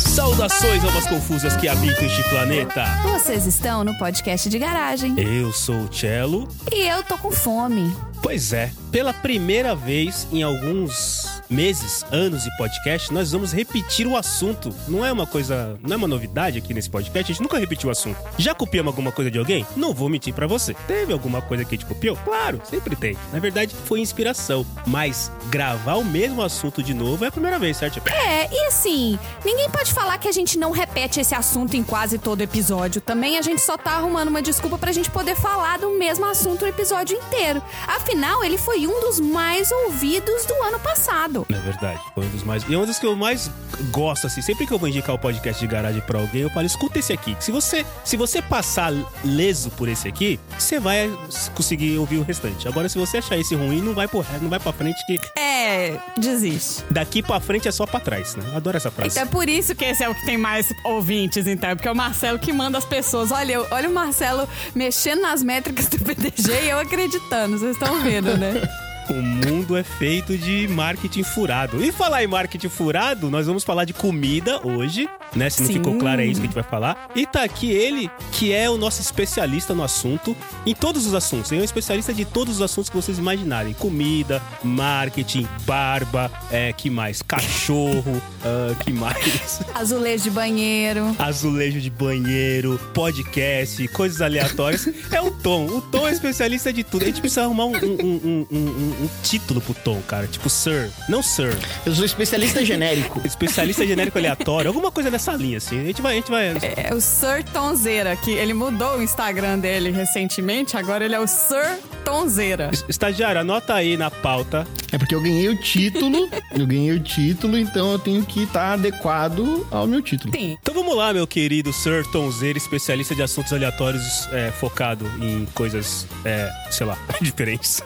sensações, almas confusas que habitam este planeta. Vocês estão no podcast de garagem. Eu sou o Cello. E eu tô com fome. Pois é, pela primeira vez em alguns meses, anos de podcast, nós vamos repetir o assunto. Não é uma coisa, não é uma novidade aqui nesse podcast, a gente nunca repetiu o assunto. Já copiamos alguma coisa de alguém? Não vou mentir pra você. Teve alguma coisa que a gente copiou? Claro, sempre tem. Na verdade, foi inspiração, mas gravar o mesmo assunto de novo é a primeira vez, certo? É, e assim, ninguém pode falar que a gente não repete esse assunto em quase todo episódio. Também a gente só tá arrumando uma desculpa pra gente poder falar do mesmo assunto o episódio inteiro. Afinal, ele foi um dos mais ouvidos do ano passado. É verdade. Foi um dos mais. E é um dos que eu mais gosto, assim. Sempre que eu vou indicar o podcast de garagem pra alguém, eu falo, escuta esse aqui. Se você, se você passar leso por esse aqui, você vai conseguir ouvir o restante. Agora, se você achar esse ruim, não vai pro resto, não vai pra frente que. É, desiste. Daqui pra frente é só pra trás, né? Eu Adoro essa frase. Então é por isso que esse é o que tem mais ouvintes, então. é Porque é o Marcelo que manda as pessoas. Olha, eu- olha o Marcelo mexendo nas métricas do PDG e eu acreditando. Vocês estão vendo, né? O mundo é feito de marketing furado. E falar em marketing furado, nós vamos falar de comida hoje, né? Se não Sim. ficou claro, é isso que a gente vai falar. E tá aqui ele, que é o nosso especialista no assunto, em todos os assuntos. Ele é um especialista de todos os assuntos que vocês imaginarem: comida, marketing, barba, é, que mais? Cachorro, ah, que mais? Azulejo de banheiro. azulejo de banheiro, podcast, coisas aleatórias. É o Tom. O Tom é especialista de tudo. A gente precisa arrumar um, um- um- um- um- um título pro Tom, cara. Tipo, Sir. Não Sir. Eu sou especialista genérico. Especialista genérico aleatório. Alguma coisa nessa linha, assim. A gente vai... A gente vai... É o Sir Tonzeira, que ele mudou o Instagram dele recentemente, agora ele é o Sir Tonzeira. Estagiário, anota aí na pauta. É porque eu ganhei o título, eu ganhei o título, então eu tenho que estar adequado ao meu título. Sim. Então vamos lá, meu querido Sir Tom Zer, especialista de assuntos aleatórios, é, focado em coisas, é, sei lá, diferentes.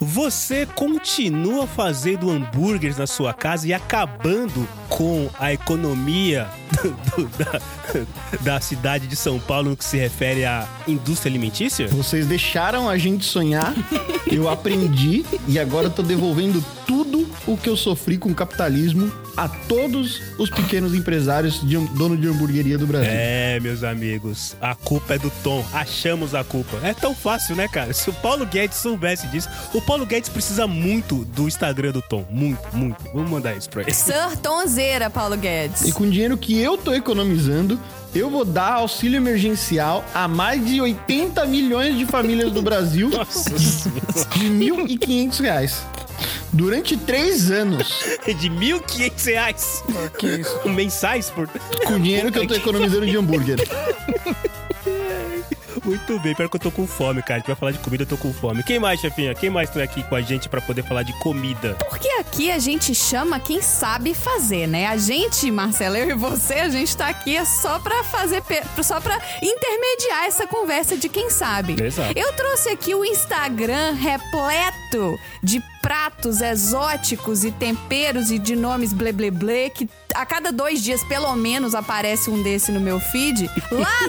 Você continua fazendo hambúrgueres na sua casa e acabando com a economia do- da, da cidade de São Paulo no que se refere à indústria alimentícia? Vocês deixaram a gente sonhar, eu aprendi e agora eu tô devolvendo tudo o que eu sofri com o capitalismo a todos os pequenos empresários de dono de hamburgueria do Brasil. É, meus amigos, a culpa é do Tom. Achamos a culpa. É tão fácil, né, cara? Se o Paulo Guedes soubesse disso, o Paulo Guedes precisa muito do Instagram do Tom. Muito, muito. Vamos mandar isso pra ele. Sir Tonzeira, Paulo E Guedes. com o dinheiro que eu tô economizando, eu vou dar auxílio emergencial a mais de 80 milhões de famílias do Brasil Nossa senhora. de R$ 1.500 reais. Durante três anos. De 1.500 reais. Mensais, por... Ah, com o dinheiro que eu tô economizando de hambúrguer. Muito bem, pior que eu tô com fome, cara. A gente vai falar de comida, eu tô com fome. Quem mais, chefinha? Quem mais tá aqui com a gente pra poder falar de comida? Porque aqui a gente chama quem sabe fazer, né? A gente, Marcelo, eu e você, a gente tá aqui é só pra fazer, pe- só pra intermediar essa conversa de quem sabe. Exato. Eu trouxe aqui o Instagram repleto de pratos exóticos e temperos e de nomes blebleble que a cada dois dias, pelo menos, aparece um desse no meu feed. Lá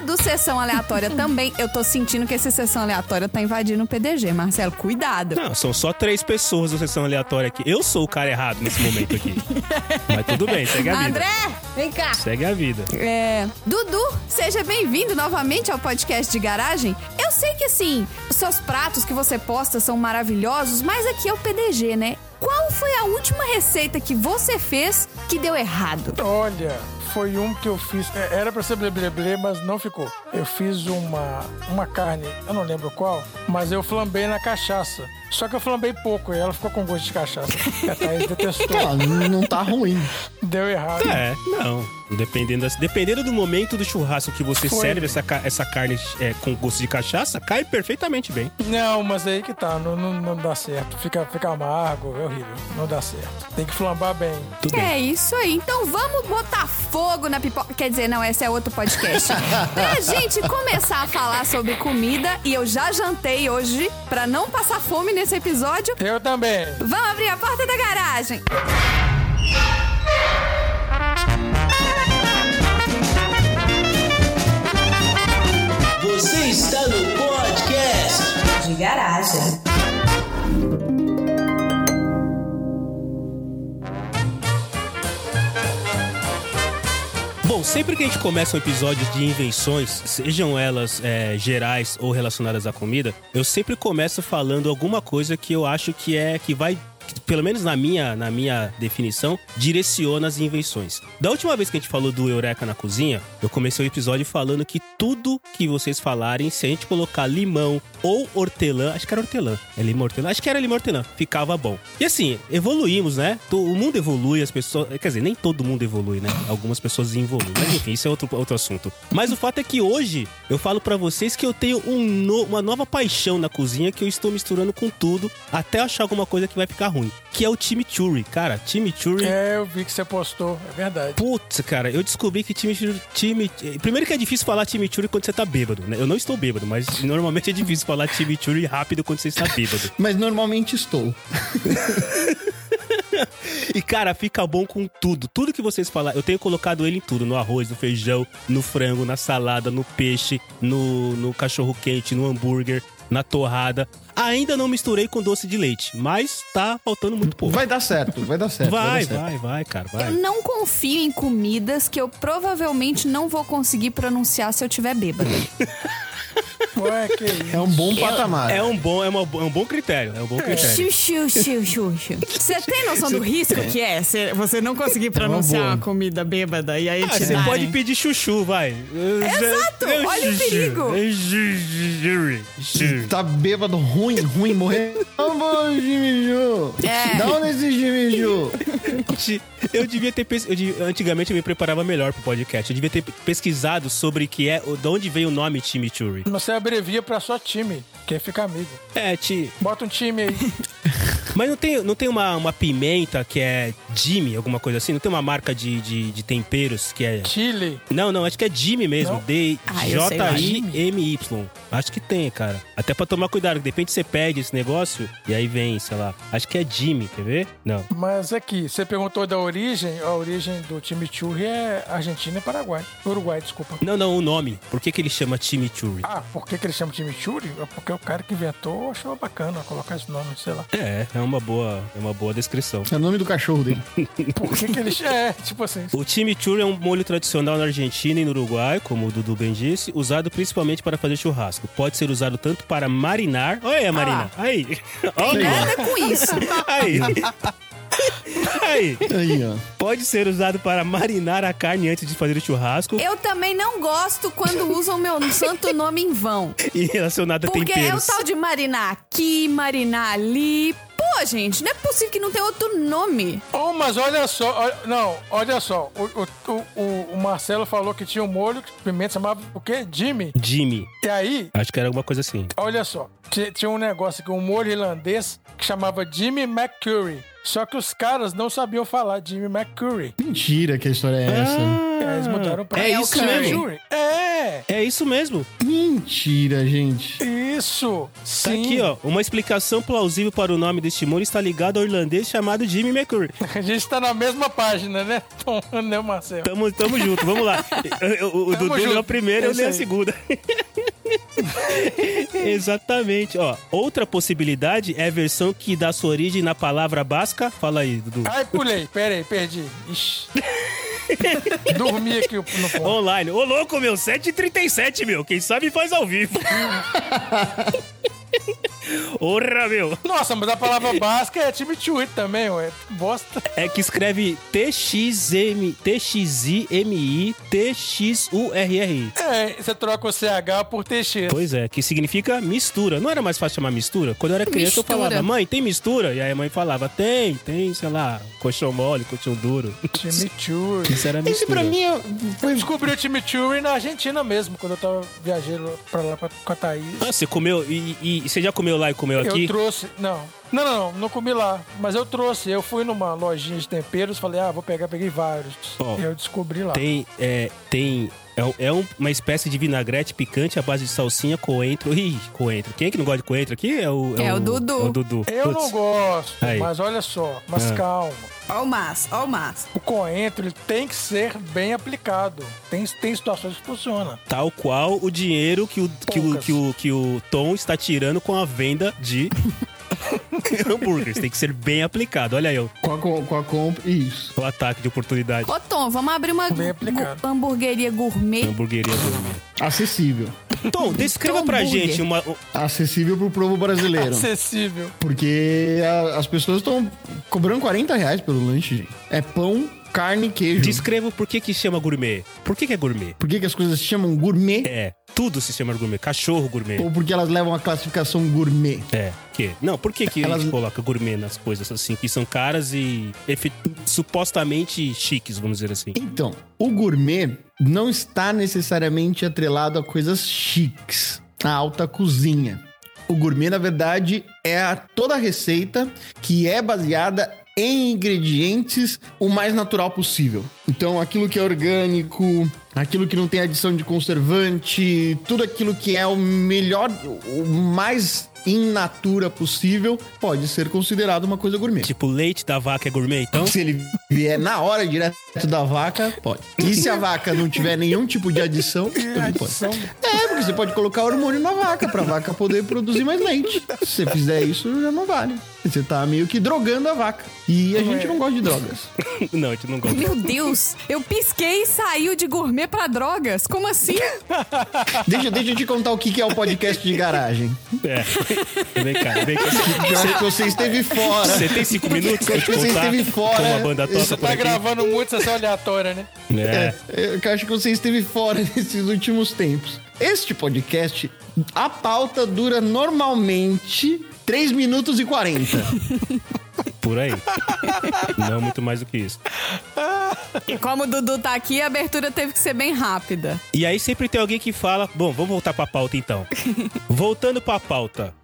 do Sessão Aleatória também, eu tô sentindo que esse Sessão Aleatória tá invadindo o PDG. Marcelo, cuidado. Não, são só três pessoas da sessão aleatória aqui. Eu sou o cara errado nesse momento aqui. Mas tudo bem, segue a vida. André, vem cá. Segue a vida. É. Dudu, seja bem-vindo novamente ao podcast de garagem. Eu sei que assim, os seus pratos que você posta são maravilhosos, mas aqui é o PDG, né? Qual foi a última receita que você fez que deu errado? Olha, foi um que eu fiz. é, Era pra ser blebleble, mas não ficou. Eu fiz uma, uma carne, eu não lembro qual, mas eu flambei na cachaça. Só que eu flambei pouco e ela ficou com gosto de cachaça. E a Thaís detestou. Ah, n- não tá ruim. Deu errado. É, não. Dependendo, das- dependendo do momento do churrasco que você Foi. serve essa, ca- essa carne é, com gosto de cachaça, cai perfeitamente bem. Não, mas aí que tá, não, não, não dá certo. Fica, fica amargo, é horrível. Não dá certo. Tem que flambar bem. Tudo bem. É isso aí. Então vamos botar fogo na pipoca. Quer dizer, não, esse é outro podcast. pra gente começar a falar sobre comida, e eu já jantei hoje, pra não passar fome nesse episódio, Eu também. Vamos abrir a porta da garagem. Você está no podcast de garagem. Bom, sempre que a gente começa um episódio de invenções, sejam elas é, gerais ou relacionadas à comida, eu sempre começo falando alguma coisa que eu acho que é que vai que, pelo menos na minha, na minha definição, direciona as invenções. Da última vez que a gente falou do Eureka na cozinha, eu comecei o episódio falando que tudo que vocês falarem, se a gente colocar limão ou hortelã, acho que era hortelã, é limão hortelã, acho que era limão hortelã, ficava bom. E assim, evoluímos, né? To- O mundo evolui, as pessoas, quer dizer, nem todo mundo evolui, né? Algumas pessoas evoluem, mas enfim, isso é outro, outro assunto. Mas o fato é que hoje eu falo pra vocês que eu tenho um no- uma nova paixão na cozinha que eu estou misturando com tudo até eu achar alguma coisa que vai ficar ruim, que é o chimichurri. Cara, chimichurri É, eu vi que você postou, é verdade. Putz, cara, eu descobri que time, time. Primeiro que é difícil falar time churi quando você tá bêbado, né? Eu não estou bêbado, mas normalmente é difícil falar time churi rápido quando você está bêbado. Mas normalmente estou. E, cara, fica bom com tudo. Tudo que vocês falar, eu tenho colocado ele em tudo: no arroz, no feijão, no frango, na salada, no peixe, no, no cachorro quente, no hambúrguer, na torrada. Ainda não misturei com doce de leite, mas tá faltando muito pouco. Vai dar certo, vai dar certo. Vai, dar certo. vai, vai, cara, Eu vai. não confio em comidas que eu provavelmente não vou conseguir pronunciar se eu tiver bêbado. Ué, que isso. É um bom patamar. É um bom, é, uma, é um bom critério. É um bom critério. Xiu, xiu, xiu, xiu, xiu. Você tem noção do risco que é se você não conseguir pronunciar boa. uma comida bêbada e aí Tá Ah, te você darem- pode pedir chuchu, vai. Exato, olha o perigo. Tá bêbado, ruim, ruim, morrendo. Vamos, Jimiju! É. Dá onde esse Jimiju? Então, assim, Eu devia ter pes... eu devia- antigamente eu me preparava melhor pro podcast. Eu devia ter pesquisado sobre que é, de onde veio o nome chimichurri. Você abrevia pra só time, que aí fica amigo. É, ti... Bota um time aí. mas não tem, não tem uma, uma pimenta que é Jimmy, alguma coisa assim? Não tem uma marca de, de, de temperos que é Chile. Não, não, acho que é Jimmy mesmo. Não? D Ah, eu sei lá. J-I-M-Y. Acho que tem, cara. Até pra tomar cuidado, que de repente você pede esse negócio e aí vem, sei lá. Acho que é Jimmy, quer ver? Não. Mas aqui, você perguntou da origem. A origem do time Churri é Argentina e Paraguai. Uruguai, desculpa. Não, não, o nome. Por que, que ele chama Chimichurri? Ah, por que, que ele chama time Churri? É porque o cara que inventou achou bacana colocar esse nome, sei lá. É, é uma boa, é uma boa descrição. É o nome do cachorro dele. Por que, que ele. É, tipo assim. O chimichurri é um molho tradicional na Argentina e no Uruguai, como o Dudu bem disse, usado principalmente para fazer churrasco. Pode ser usado tanto para marinar... Olha aí, Marina. Ah. Aí. Olha Nada com isso. aí. Aí. Aí, ó. Pode ser usado para marinar a carne antes de fazer o churrasco Eu também não gosto quando usam meu santo nome em vão. e relacionado a Porque é o temperos. tal de marinar aqui, marinar ali. Pô, gente, não é possível que não tenha outro nome. Oh, mas olha só, olha- não, olha só. O, o- o- o Marcelo falou que tinha um molho que pimenta chamava o quê? Jimmy. Jimmy. E aí, Acho que era alguma coisa assim. olha só, ti- tinha um negócio aqui, um molho irlandês que chamava Jimmy McCurry. Só que os caras não sabiam falar Jimmy McCurry. Mentira que a história é essa. E aí eles mudaram pra É isso Curry. mesmo. Curry. É, É isso mesmo. Mentira, gente. isso. Tá Sim. aqui, ó. Uma explicação plausível para o nome deste molho está ligado ao irlandês chamado Jimmy McCurry. A gente tá na mesma página, né? Tom, né, Marcelo? Tamo, tamo junto, vamos lá. O- O, o Tamo Dudu leu a junto. primeira, eu É leio a isso aí. segunda. Exatamente, ó. Outra possibilidade é a versão que dá sua origem na palavra basca. Fala aí, Dudu. Ai, pulei. Pera aí, perdi. Ixi. Dormi aqui no ponto. Online. Ô, louco, meu, 7h37, meu. Quem sabe faz ao vivo. Orra, meu. Nossa, mas a palavra básica é time também, ué. Bosta. É que escreve TXM, TXIMI, TXURRI. É, você troca o CH por TX. Pois é, que significa mistura. Não era mais fácil chamar mistura? Quando eu era criança, Mistura. eu falava, mãe, tem mistura? E aí a mãe falava, tem, tem, sei lá, colchão mole, colchão duro. Chimichurri. Isso era é. mistura. Eu descobri o chimichurri na Argentina mesmo, quando eu tava viajando pra lá pra, com a Thaís. Ah, você comeu, e, e- e você já comeu lá e comeu Eu aqui? trouxe. Não. Não, não, não, não comi lá. Mas eu trouxe. Eu fui numa lojinha de temperos, falei, ah, vou pegar, peguei vários. Ó. E eu descobri lá. Tem, é, tem... É, um- é um- uma espécie de vinagrete picante à base de salsinha, coentro. Ih, coentro. Quem é que não gosta de coentro aqui? É o, É o Dudu. é o Dudu. Eu Putz. não gosto, Aí. Ah. mas olha só, mas calma. Ó o mas, ó o mas. O coentro ele tem que ser bem aplicado. Tem, tem situações que funciona. Tal qual o dinheiro que o, que o, Poucas. que o, que o Tom está tirando com a venda de Hambúrgueres, tem que ser bem aplicado. Olha eu, Com a, com, com a comp. Isso. o ataque de oportunidade. Ô, Tom, vamos abrir uma Bem aplicado. gu- hamburgueria gourmet. Hamburgueria do... Acessível. Tom, descreva Tom pra Burger. gente uma... o- Acessível pro povo brasileiro. Acessível. Porque a- as pessoas estão cobrando 40 reais pelo lanche, gente. É pão, carne e queijo. Descreva por que que chama gourmet. Por que que é gourmet? Por que, que as coisas se chamam gourmet? É, tudo se chama gourmet. Cachorro gourmet. Ou porque elas levam a classificação gourmet? É, que? Não, por que que Elas- eles colocam gourmet nas coisas assim, que são caras e efe- supostamente chiques, vamos dizer assim? Então, o gourmet não está necessariamente atrelado a coisas chiques, a alta cozinha. O gourmet, na verdade, é a- toda a receita que é baseada em ingredientes o mais natural possível. Então, aquilo que é orgânico, aquilo que não tem adição de conservante, tudo aquilo que é o melhor, o mais in natura possível, pode ser considerado uma coisa gourmet. Tipo, leite da vaca é gourmet, então? Se ele vier na hora direto da vaca, pode. E se a vaca não tiver nenhum tipo de adição, também pode. Adição. É, porque você pode colocar hormônio na vaca pra vaca poder produzir mais leite. Se você fizer isso, já não vale. Você tá meio que drogando a vaca. E a é. gente não gosta de drogas. Não, a gente não gosta. Meu Deus, eu pisquei e saiu de gourmet pra drogas. Como assim? Deixa, deixa eu te contar o que que é o podcast de garagem. É. Vem cá, vem cá. Eu acho que você esteve fora. Você tem cinco minutos pra Eu te pensei que contar esteve fora. como a banda Você toca por Tá aqui? gravando muito sessão aleatória, né? É. É, eu acho que você esteve fora nesses últimos tempos. Este podcast, a pauta dura normalmente 3 minutos e 40. Por aí. Não muito mais do que isso. E como o Dudu tá aqui, a abertura teve que ser bem rápida. E aí sempre tem alguém que fala, bom, vamos voltar pra pauta então. Voltando pra pauta.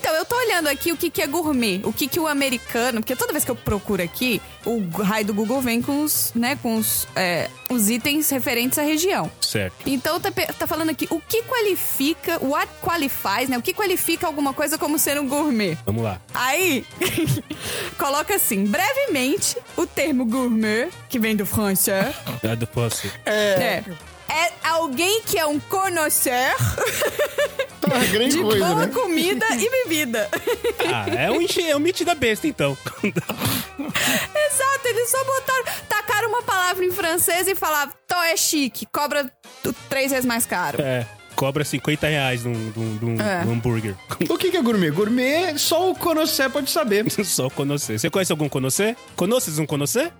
Então, eu tô olhando aqui o que, que é gourmet, o que, que o americano. Porque toda vez que eu procuro aqui, o raio do Google vem com os, né, com os, é, os itens referentes à região. Certo. Então tá, pe- tá falando aqui o que qualifica, what qualifies, né? O que qualifica alguma coisa como ser um gourmet? Vamos lá. Aí, coloca assim, brevemente, o termo gourmet, que vem do français, É do posse. é, é alguém que é um connoisseur Tá uma grande de coisa, boa né? comida e bebida. Ah, é um, enche- é um mito da besta então. Exato, eles só botaram, tacaram uma palavra em francês e falaram, to é chique, cobra t- três vezes mais caro. É. Cobra 50 reais num, num- num- É. num hambúrguer. O que que é gourmet? Gourmet, só o Conossé pode saber. Só conhecer. Você conhece algum conhecer? Conheces um conhecer?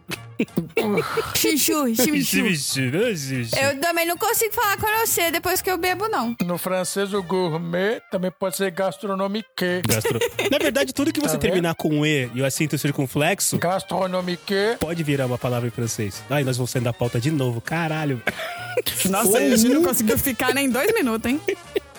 Chichu, chimichu. né, Eu... Eu também não consigo falar conhecer depois que eu bebo, não. No francês, o gourmet também pode ser gastronomique. Gastro. Na verdade, tudo que você vendo? terminar com E e o acento circunflexo Gastronomique. pode virar uma palavra em francês. Ai, nós vamos sair da pauta de novo. Caralho. Nossa, a gente não conseguiu ficar nem dois minutos, hein?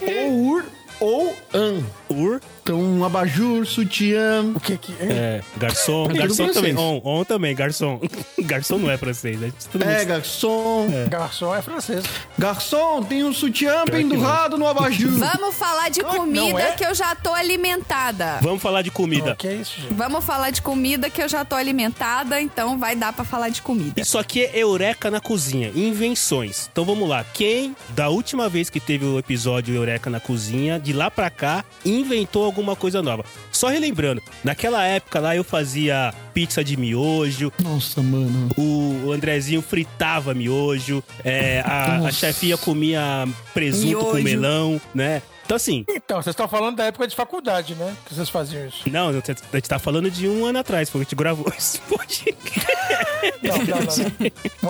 É. Ou ur ou an. Ur. Então, um abajur, sutiã. O que que é? É, garçom, tudo garçom francês. também. On, on também, garçom. Garçom não é francês, né? Tudo É, isso. garçom. Garçom é francês. Garçom, tem um sutiã pendurado no abajur. Vamos falar de Não, não comida é? que eu já tô alimentada. Vamos falar de comida. O que é isso, gente? Vamos falar de comida que eu já tô alimentada, então vai dar pra falar de comida. Isso aqui é Eureka na Cozinha, invenções. Então vamos lá. Quem, da última vez que teve o episódio Eureka na Cozinha, de lá pra cá, inventou alguma coisa nova? Só relembrando, naquela época lá eu fazia pizza de miojo, Nossa, mano. o o Andrezinho fritava miojo, é, a, a Nossa. chefia comia presunto com Miojo. melão, né? Então assim, Então, vocês estão falando da época de faculdade, né? Que vocês faziam isso. não, a gente tá falando de um ano atrás, porque a gente gravou esse podcast. Não, não, não, não.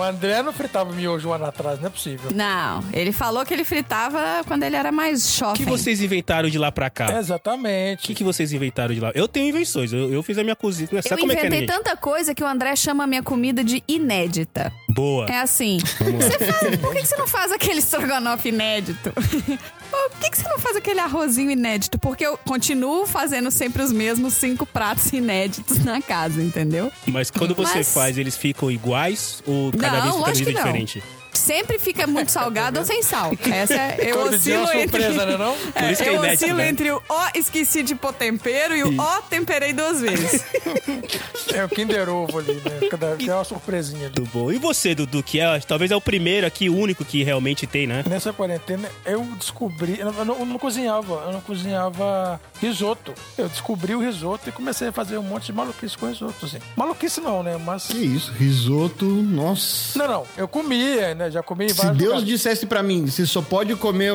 O André não fritava miojo um ano atrás, não é possível. Não, ele falou que ele fritava quando ele era mais O que jovem. vocês inventaram de lá pra cá? É, O Exatamente. que, que vocês inventaram de lá? Eu tenho invenções, eu, eu fiz a minha cozinha. Eu Sabe como é que é, inventei gente? tanta coisa que o André chama a minha comida de inédita. Boa. É assim. Você faz, por que, que você não faz aquele estrogonofe inédito? por que, que você não faz aquele arrozinho inédito? Porque eu continuo fazendo sempre os mesmos cinco pratos inéditos na casa, entendeu? Mas quando você é. Mas- faz, eles ficam iguais ou cada Não, vez fica lógico nível que não. diferente? sempre fica muito salgado ou sem sal. Essa é, eu Todo dia oscilo é uma surpresa, entre... né, não? É, Por isso que é eu inédito, oscilo né? entre o ó esqueci de pôr tempero e o ó temperei duas vezes. É o Kinder Ovo ali, né? Cada, dá uma surpresinha ali. Muito bom. E você, Dudu, que é, talvez é o primeiro aqui, o único que realmente tem, né? Nessa quarentena eu descobri. Eu não, eu não- eu não cozinhava, eu não cozinhava risoto. Eu descobri o risoto e comecei a fazer um monte de maluquice com risoto, assim. Maluquice não, né? Mas. Que isso, risoto, nossa. Não, não. Eu comia, né? Já comi em Se vários Deus lugares. dissesse pra mim, você só pode comer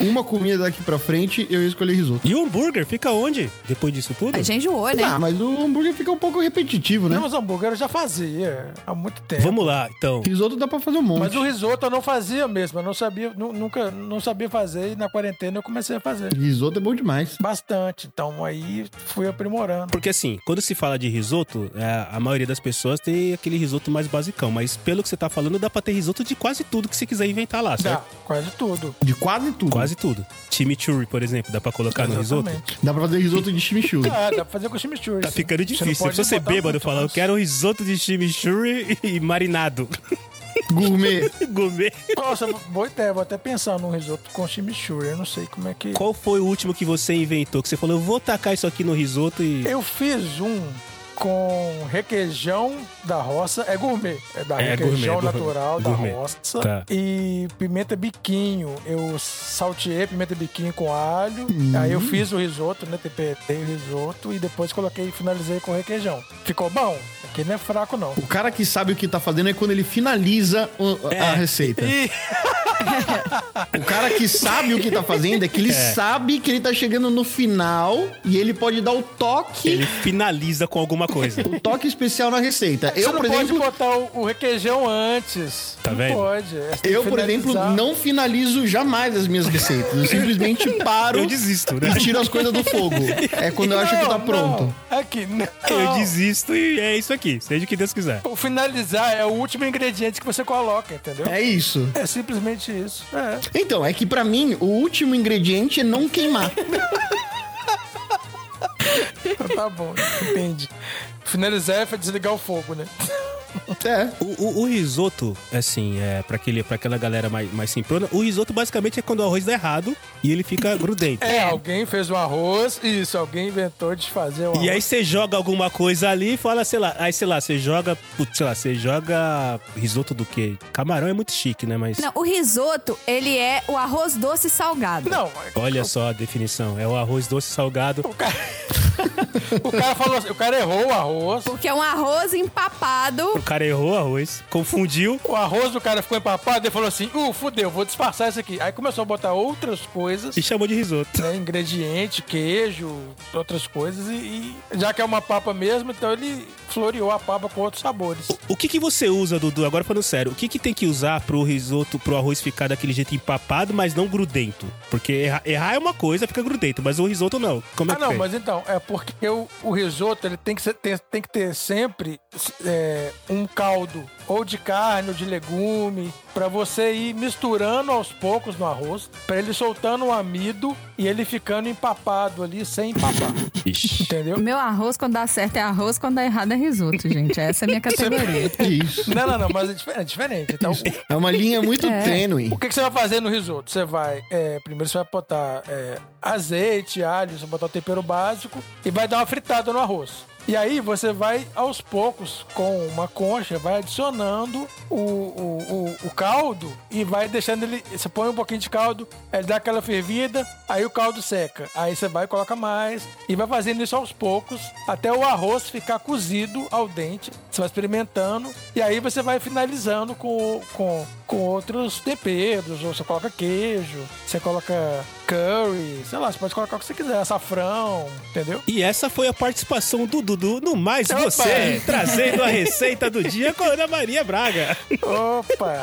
uma comida daqui pra frente, eu ia escolher risoto. E o hambúrguer fica onde? Depois disso tudo? A gente enjoou, né? Ah, mas o hambúrguer fica um pouco repetitivo, né? Não, mas hambúrguer eu já fazia há muito tempo. Vamos lá, então. Risoto dá pra fazer um monte. Mas o risoto eu não fazia mesmo, eu não sabia, nu- nunca, não sabia fazer e na quarentena eu comecei a fazer. Risoto é bom demais. Bastante, então aí fui aprimorando. Porque assim, quando se fala de risoto, é, a maioria das pessoas tem aquele risoto mais basicão. Mas pelo que você tá falando, dá pra ter risoto de quase tudo que você quiser inventar lá, Dá, certo? quase tudo. De quase tudo. Quase tudo. Chimichurri, por exemplo, dá pra colocar no risoto? Exatamente. Dá pra fazer risoto de chimichurri. Ah, dá pra fazer com chimichurri. Tá sim. ficando difícil. Você não Se pode você botar bêbado muito, falar, eu mas- quero um risoto de chimichurri e marinado. Gourmet. Gourmet. Nossa, boa ideia, vou até pensar num risoto com chimichurri, eu não sei como é que... Qual foi o último que você inventou? Que você falou, eu vou tacar isso aqui no risoto e... Eu fiz um com requeijão da roça, é gourmet, é da É gourmet, requeijão gourmet, natural gourmet. da roça Tá. e pimenta biquinho. Eu salteei pimenta biquinho com alho, aí Hum. eu fiz o risoto, né, temperei o risoto e depois coloquei, finalizei com requeijão. Ficou bom? Aqui não é fraco não. O cara que sabe o que tá fazendo é quando ele finaliza o- a É. receita. o cara que sabe o que tá fazendo é que ele sabe que ele tá chegando no final e ele pode dar o toque, Ele finaliza com alguma coisa. o toque especial na receita. Você Eu, não por pode exemplo, botar o, o requeijão antes. Tá não vendo? pode. É, tem que eu, por exemplo, finalizar. não finalizo jamais as minhas receitas. Eu simplesmente paro Eu desisto, né? e tiro as coisas do fogo. É quando eu acho que Não, tá não. pronto. Aqui, não. Eu desisto e é isso aqui. Seja o que Deus quiser. O finalizar é o último ingrediente que você coloca, entendeu? É isso. É simplesmente isso. É. Então, é que pra mim, o último ingrediente é não queimar. Então tá bom, entendi. Finalizar é desligar o fogo, né? É. O, o- o risoto, assim, é pra, aquele, pra aquela galera mais, mais simplona, o risoto basicamente é quando o arroz dá errado e ele fica grudento. É, alguém fez o arroz, isso, alguém inventou de fazer o arroz. E aí você joga alguma coisa ali e fala, sei lá, aí sei lá, você joga, putz, sei lá, você joga risoto do quê? Camarão é muito chique, né? Mas Não, o risoto, ele é o arroz doce salgado. Não, olha só a definição, é o arroz doce salgado. o cara... o cara falou assim, o cara errou o arroz, Porque é um arroz empapado. O cara errou o arroz, confundiu. o arroz do cara ficou empapado e falou assim, uh, fudeu, vou disfarçar isso aqui. Aí começou a botar outras coisas, E chamou de risoto. né, ingrediente, queijo, outras coisas, e, e já que é uma papa mesmo, então ele floreou a papa com outros sabores. O que que você usa, Dudu? Agora falando sério, o que que tem que usar pro risoto, pro arroz ficar daquele jeito empapado, mas não grudento? Porque erra- errar é uma coisa, fica grudento, mas o risoto não. Como é Ah, que não, fez? mas então, é porque o, o risoto ele tem que, ser- tem, tem que ter sempre é, um caldo ou de carne ou de legume pra você ir misturando aos poucos no arroz, pra ele soltando o amido e ele ficando empapado ali sem empapar. Entendeu? Meu arroz, quando dá certo, é arroz, quando dá errado, é risoto, gente. Essa é a minha categoria. Que isso. Não, não, não, mas é difer- é diferente. Então, o- É uma linha muito tênue. o que, que você vai fazer no risoto? Você vai, é, primeiro você vai botar é, azeite, alho, você vai botar o tempero básico e vai dar uma fritada no arroz. E aí você vai aos poucos com uma concha, vai adicionando o, o, o, o caldo e vai deixando ele. Você põe um pouquinho de caldo, ele dá aquela fervida, aí o caldo seca. Aí você vai e coloca mais e vai fazendo isso aos poucos até o arroz ficar cozido ao dente. Você vai experimentando e aí você vai finalizando com, com, com outros temperos. Ou você coloca queijo, você coloca curry, sei lá, você pode colocar o que você quiser, açafrão, entendeu? E essa foi a participação do Dudu no Mais Opa! Você, trazendo a receita do dia com a Ana Maria Braga. Opa!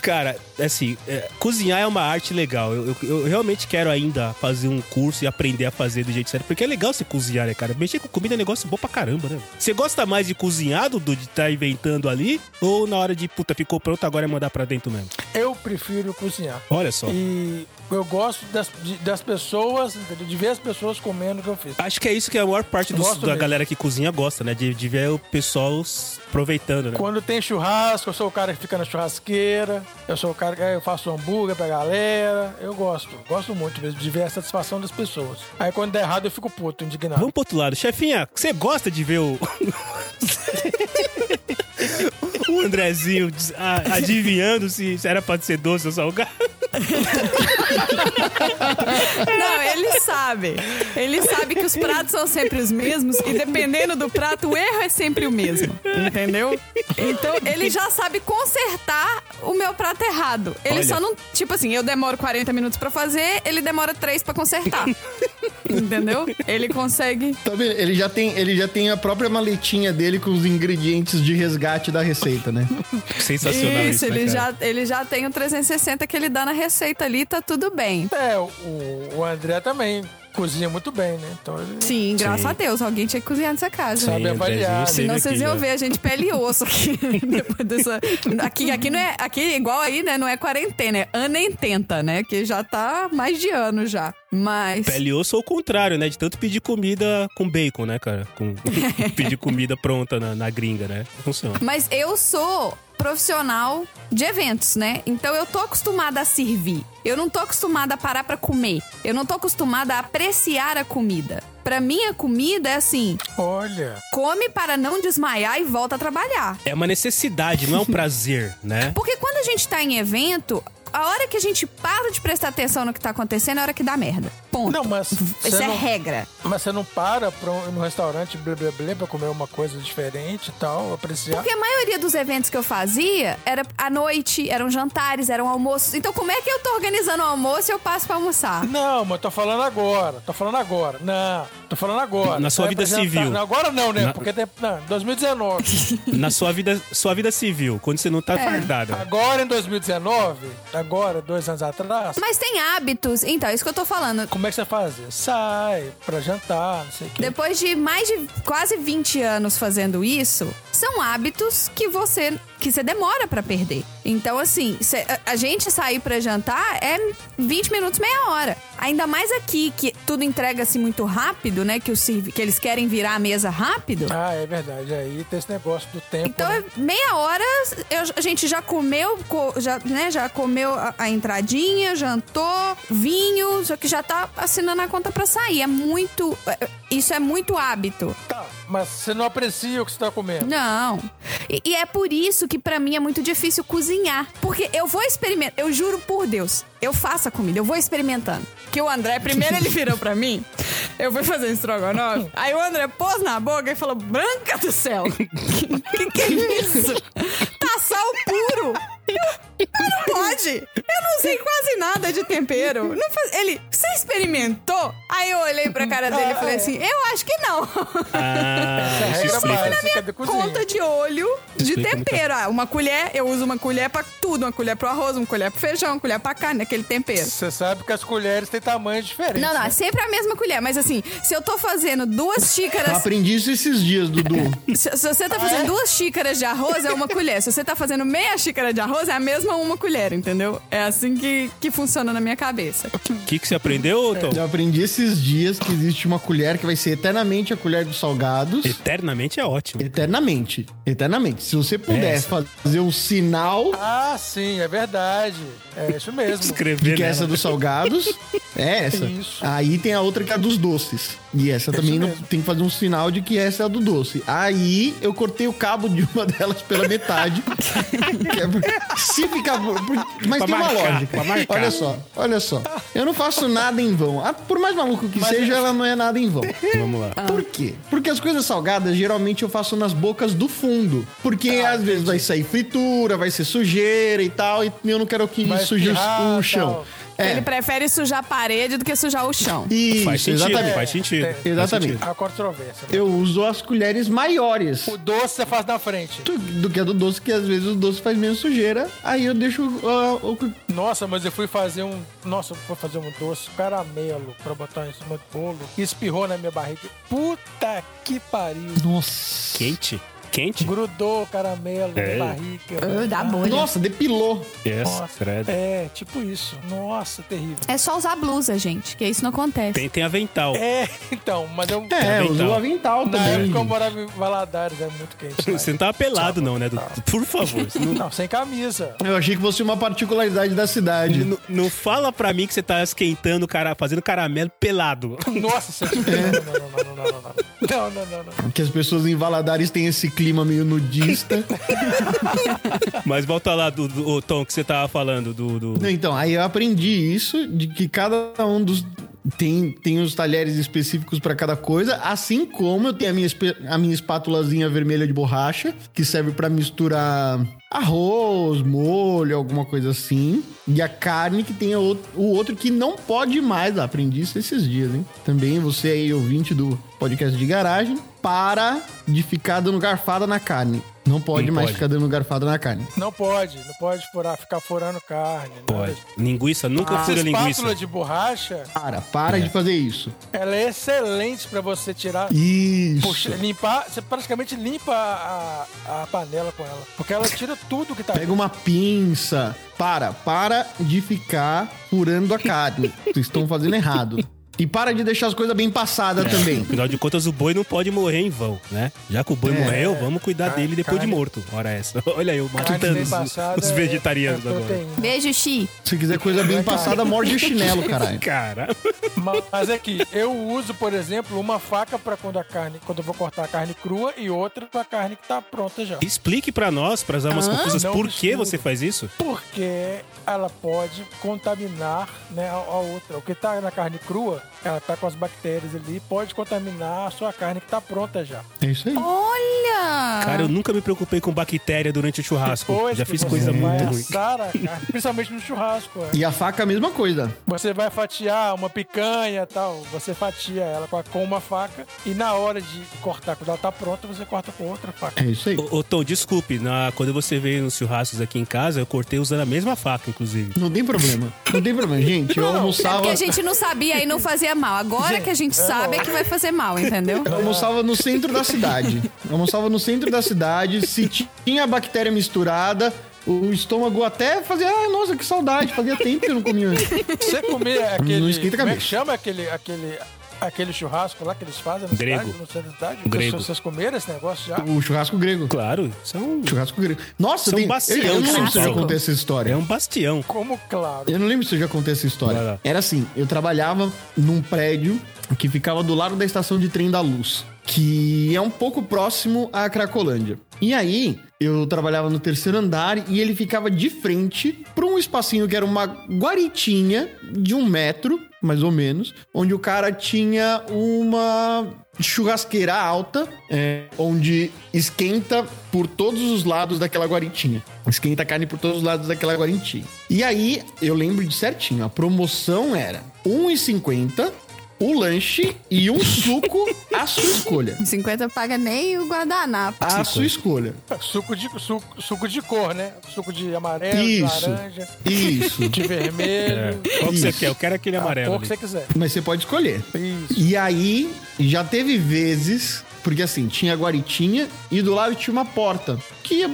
Cara, assim, é, cozinhar é uma arte legal. Eu, eu- eu realmente quero ainda fazer um curso e aprender a fazer do jeito certo. Porque é legal você cozinhar, né, cara? Mexer com comida é negócio bom pra caramba, né? Você gosta mais de cozinhar, Dudu, de estar inventando ali? Ou na hora de, puta, ficou pronto, agora é mandar pra dentro mesmo? Eu prefiro cozinhar. Olha só. E eu gosto das, de- das pessoas, entendeu? de ver as pessoas comendo o que eu fiz. Acho que é isso que a maior parte dos- Gosto da mesmo. galera que cozinha gosta, né? De, de ver o pessoal s- aproveitando, né? Quando tem churrasco, eu sou o cara que fica na churrasqueira, eu sou o cara que eu faço hambúrguer pra galera. Eu gosto, gosto muito mesmo de ver a satisfação das pessoas. Aí quando der errado eu fico puto, indignado. Vamos pro outro lado. Chefinha, você gosta de ver o. o Andrezinho des- a- adivinhando se se era pra ser doce ou salgado? Não, ele sabe. Ele sabe que os pratos são sempre os mesmos e dependendo do prato, o erro é sempre o mesmo. Entendeu? Então, ele já sabe consertar o meu prato errado. Ele Olha. só não. Tipo assim, eu demoro 40 minutos pra fazer, ele demora 3 pra consertar. Entendeu? Ele consegue. Tá vendo? Ele já, tem, ele já tem a própria maletinha dele com os ingredientes de resgate da receita, né? Sensacional isso, Isso, né, ele cara? já, ele já tem o 360 que ele dá na receita ali, tá tudo bem. É, o, o André também cozinha muito bem, né? Então ele Sim, graças Sim. a Deus, alguém tinha que cozinhar nessa casa. sabe Andrezinho né, avaliar. sempre né? Senão aqui vocês iam já. ver a gente pele e osso aqui. Depois dessa- aqui, aqui não é. Aqui, igual aí, né? Não é quarentena, é anententa, né? Que já tá mais de ano já. Mas. Pele e osso ou o contrário, né? De tanto pedir comida com bacon, né, cara? Com... pedir comida pronta na, na gringa, né? Funciona. Mas eu sou profissional de eventos, né? Então eu tô acostumada a servir. Eu não tô acostumada a parar pra comer. Eu não tô acostumada a apreciar a comida. Pra mim, a comida é assim: Olha, come para não desmaiar e volta a trabalhar. É uma necessidade, não é um prazer, né? Porque quando a gente tá em evento, a hora que a gente para de prestar atenção no que tá acontecendo é a hora que dá merda. Ponto. Não, mas Isso você é não- regra. mas você não para pra um, no restaurante blá blá blá pra comer uma coisa diferente e tal, apreciar. Porque a maioria dos eventos que eu fazia era à noite, eram jantares, eram almoços. Então, como é que eu tô organizando o almoço e eu passo pra almoçar? Não, mas tô falando agora, tô falando agora. Não, tô falando agora. Na sua Vai vida apresentar- civil. Não, agora não, né? Na- Porque tem. Não, 2019. Na sua vida, sua vida civil, quando você não tá É. fardada. agora em 2019, agora, dois anos atrás, Mas tem hábitos. Então, é isso que eu tô falando. como é que você fazia? Sai pra jantar, não sei o quê. Depois de mais de quase 20 anos fazendo isso, são hábitos que você que você demora pra perder. Então, assim, cê- a- a gente sair pra jantar é 20 minutos, meia hora. Ainda mais aqui, que tudo entrega-se muito rápido, né? Que, o servi- que eles querem virar a mesa rápido. Ah, é verdade. Aí tem esse negócio do tempo. Então, né? é meia hora, eu- a gente já comeu, co- já, né, já comeu a, a entradinha, jantou, vinho, só que já tá assinando a conta pra sair. É muito. é- Isso é muito hábito. Tá, mas você não aprecia o que você tá comendo. Não. E, e é por isso que pra mim é muito difícil cozinhar. Porque eu vou experimentar. Eu juro por Deus. Eu faço a comida, eu vou experimentando. Que o André, primeiro ele virou pra mim, eu fui fazer um estrogonofe, aí o André pôs na boca e falou, branca do céu, que que é isso? Tá sal puro! Não pode! Eu não sei quase nada de tempero. Não faz- Ele, você experimentou? Aí eu olhei pra cara dele e falei assim, eu acho que não. Ah, Essa isso regra explica. básica de cozinha. Conta de olho de Explica então. muito tempero. Ah, uma colher, eu uso uma colher pra tudo, uma colher pro arroz, uma colher pro feijão, uma colher pra carne, aquele tempero. Você sabe que as colheres têm tamanhos diferentes. Não, não, né? é sempre a mesma colher. Mas assim, se eu tô fazendo duas Eu xícaras. aprendi isso esses dias, Dudu. Se, se você tá Ah, é? fazendo duas xícaras de arroz, é uma colher. Se você tá fazendo meia xícara de arroz, é a mesma uma colher, entendeu? É assim que, que funciona na minha cabeça. O que, que você aprendeu, Tom? Eu aprendi esses dias que existe uma colher que vai ser eternamente a colher dos salgados. Eternamente é ótimo. Eternamente. Eternamente. Se você puder Essa. fazer um sinal Ah, sim, é verdade. É isso mesmo. Escrever de que é essa nela. dos salgados, é essa. Isso. Aí tem a outra que é a dos doces. E essa também não, mesmo. tem que fazer um sinal de que essa é a do doce. Aí eu cortei o cabo de uma delas pela metade. Que é- se ficar. por- Mas Pra tem uma marcar, lógica. pra marcar. Olha só, olha só. Eu não faço nada em vão. Ah, por mais maluco que seja, ela não é nada em vão. Vamos lá. Por quê? Porque as coisas salgadas geralmente eu faço nas bocas do fundo. Porque às vezes vai sair fritura, vai ser sujeira e tal, e eu não quero que Vai suje o- espirrar, o chão. tal. É. Ele prefere sujar a parede do que sujar o chão. Isso, Faz sentido, exatamente. É, faz sentido. faz Exatamente. sentido. A controvérsia. né? Eu uso as colheres maiores O doce você faz na frente. do, do que a do doce, que às vezes o doce faz menos sujeira. Aí eu deixo ah, o Nossa, mas eu fui fazer um. Nossa, eu fui fazer um doce caramelo pra botar em cima do bolo. E espirrou na minha barriga. Puta que pariu. Nossa. Quente? Quente? Grudou o caramelo É. na barriga. Ah, Ah, Dá bolha. Nossa, depilou. Yes, Nossa, credo. é, tipo isso. Nossa, terrível. É só usar blusa, gente, que isso não acontece. Tem, tem avental. É, então, mas eu. É, Avental. usou o avental Na também. época eu morava em Valadares, é muito quente. lá. Você não tava pelado, não, né, Dudu? Por favor. você Não, Não, sem camisa. Eu achei que fosse uma particularidade da cidade. não- não fala pra mim que você tá esquentando, cara, fazendo caramelo pelado. Nossa, você. Não, não, não, não, não, não, não. Não, não, não, não. Que as pessoas em Valadares têm esse clima meio nudista. Mas volta lá, do, do- ô, Tom, que você tava falando do. do- Não, Então, aí eu aprendi isso, de que cada um dos. Tem, tem os talheres específicos pra cada coisa, assim como eu tenho a minha, espe- a minha espátulazinha vermelha de borracha, que serve pra misturar arroz, molho, alguma coisa assim. E a carne, que tem o, o outro que não pode mais. Ah, aprendi isso esses dias, hein? Também você aí, ouvinte do podcast de garagem, para de ficar dando garfada na carne. Não pode Não mais pode. ficar dando garfada na carne. Não pode, não pode furar, ficar furando carne. nada Pode. Linguiça, nunca Essa fura linguiça. espátula Ah, de borracha, Para, para É. de fazer isso. ela é excelente pra você tirar. Isso. Puxa, limpar, você praticamente limpa a, a- a panela com ela. Porque ela tira tudo que tá Pega uma pinça. Para, para de ficar furando a carne. Vocês estão fazendo errado. E para de deixar as coisas bem passadas também. Afinal de contas, o boi não pode morrer em vão, né? Já que o boi É. morreu, vamos cuidar dele depois de carne. morto. Ora essa. Olha eu Carne matando bem os, passada os é- vegetarianos é agora. proteína. Beijo, Xi. Se quiser coisa bem passada, morde o chinelo, caralho. Cara, Ma- Mas é que eu uso, por exemplo, uma faca pra quando a carne, quando eu vou cortar a carne crua e outra pra carne que tá pronta já. explique pra nós, pras almas confusas, Ah, Não por que mistura. você faz isso? Porque ela pode contaminar né, a, a outra. O que tá na carne crua, ela tá com as bactérias ali, pode contaminar a sua carne que tá pronta já. É isso aí. Olha! Cara, eu nunca me preocupei com bactéria durante o churrasco. Depois Já que fiz você coisa vai muito ruim. assar a carne, principalmente no churrasco. é. E a faca, a mesma coisa. Você vai fatiar uma picanha tal, você fatia ela com, a- com uma faca e na hora de cortar, quando ela tá pronta, você corta com outra faca. É isso aí. Ô, ô, Tom, desculpe, na- quando você veio nos churrascos aqui em casa, eu cortei usando a mesma faca, inclusive. Não tem problema. Não tem problema, gente. Eu É almoçava, porque a gente não sabia e não fazia mal. Agora que a gente sabe é que vai fazer mal, entendeu? eu almoçava no centro da cidade. Eu almoçava no centro da cidade. Se tinha bactéria misturada, o estômago até fazia. Ah, nossa, que saudade. Fazia tempo que eu não comia. Você comer aquele. Não esquenta a como é cabeça. que chama aquele. aquele aquele churrasco lá que eles fazem na Grego. cidade, no centro da cidade? Grego. Vocês, vocês comeram esse negócio já? O churrasco grego. Claro, isso é um, Churrasco grego. Nossa, São tem, eu, bacião eu de não São lembro se eu já Paulo. contei essa história. é um bastião. Como claro. Eu não lembro se eu já contei essa Vai lá. história. Era assim, eu trabalhava num prédio que ficava do lado da estação de trem da Luz, que é um pouco próximo à Cracolândia. E aí, eu trabalhava no terceiro andar e ele ficava de frente para um espacinho que era uma guaritinha de um metro, mais ou menos, onde o cara tinha uma churrasqueira alta, é, onde esquenta por todos os lados daquela guaritinha. Esquenta a carne por todos os lados daquela guaritinha. E aí, eu lembro de certinho, a promoção era 1,50 o lanche e um suco à sua escolha. 50 paga nem o guardanapo. À sua escolha. Suco de, suco, suco de cor, né? Suco de amarelo, de Isso. laranja, Isso. de É. vermelho. Qual que você Isso. quer? Eu quero aquele amarelo. Ou o Ah, que ali. você quiser. Mas você pode escolher. Isso. E aí, já teve vezes, porque assim, tinha a guaritinha e do lado tinha uma porta que ia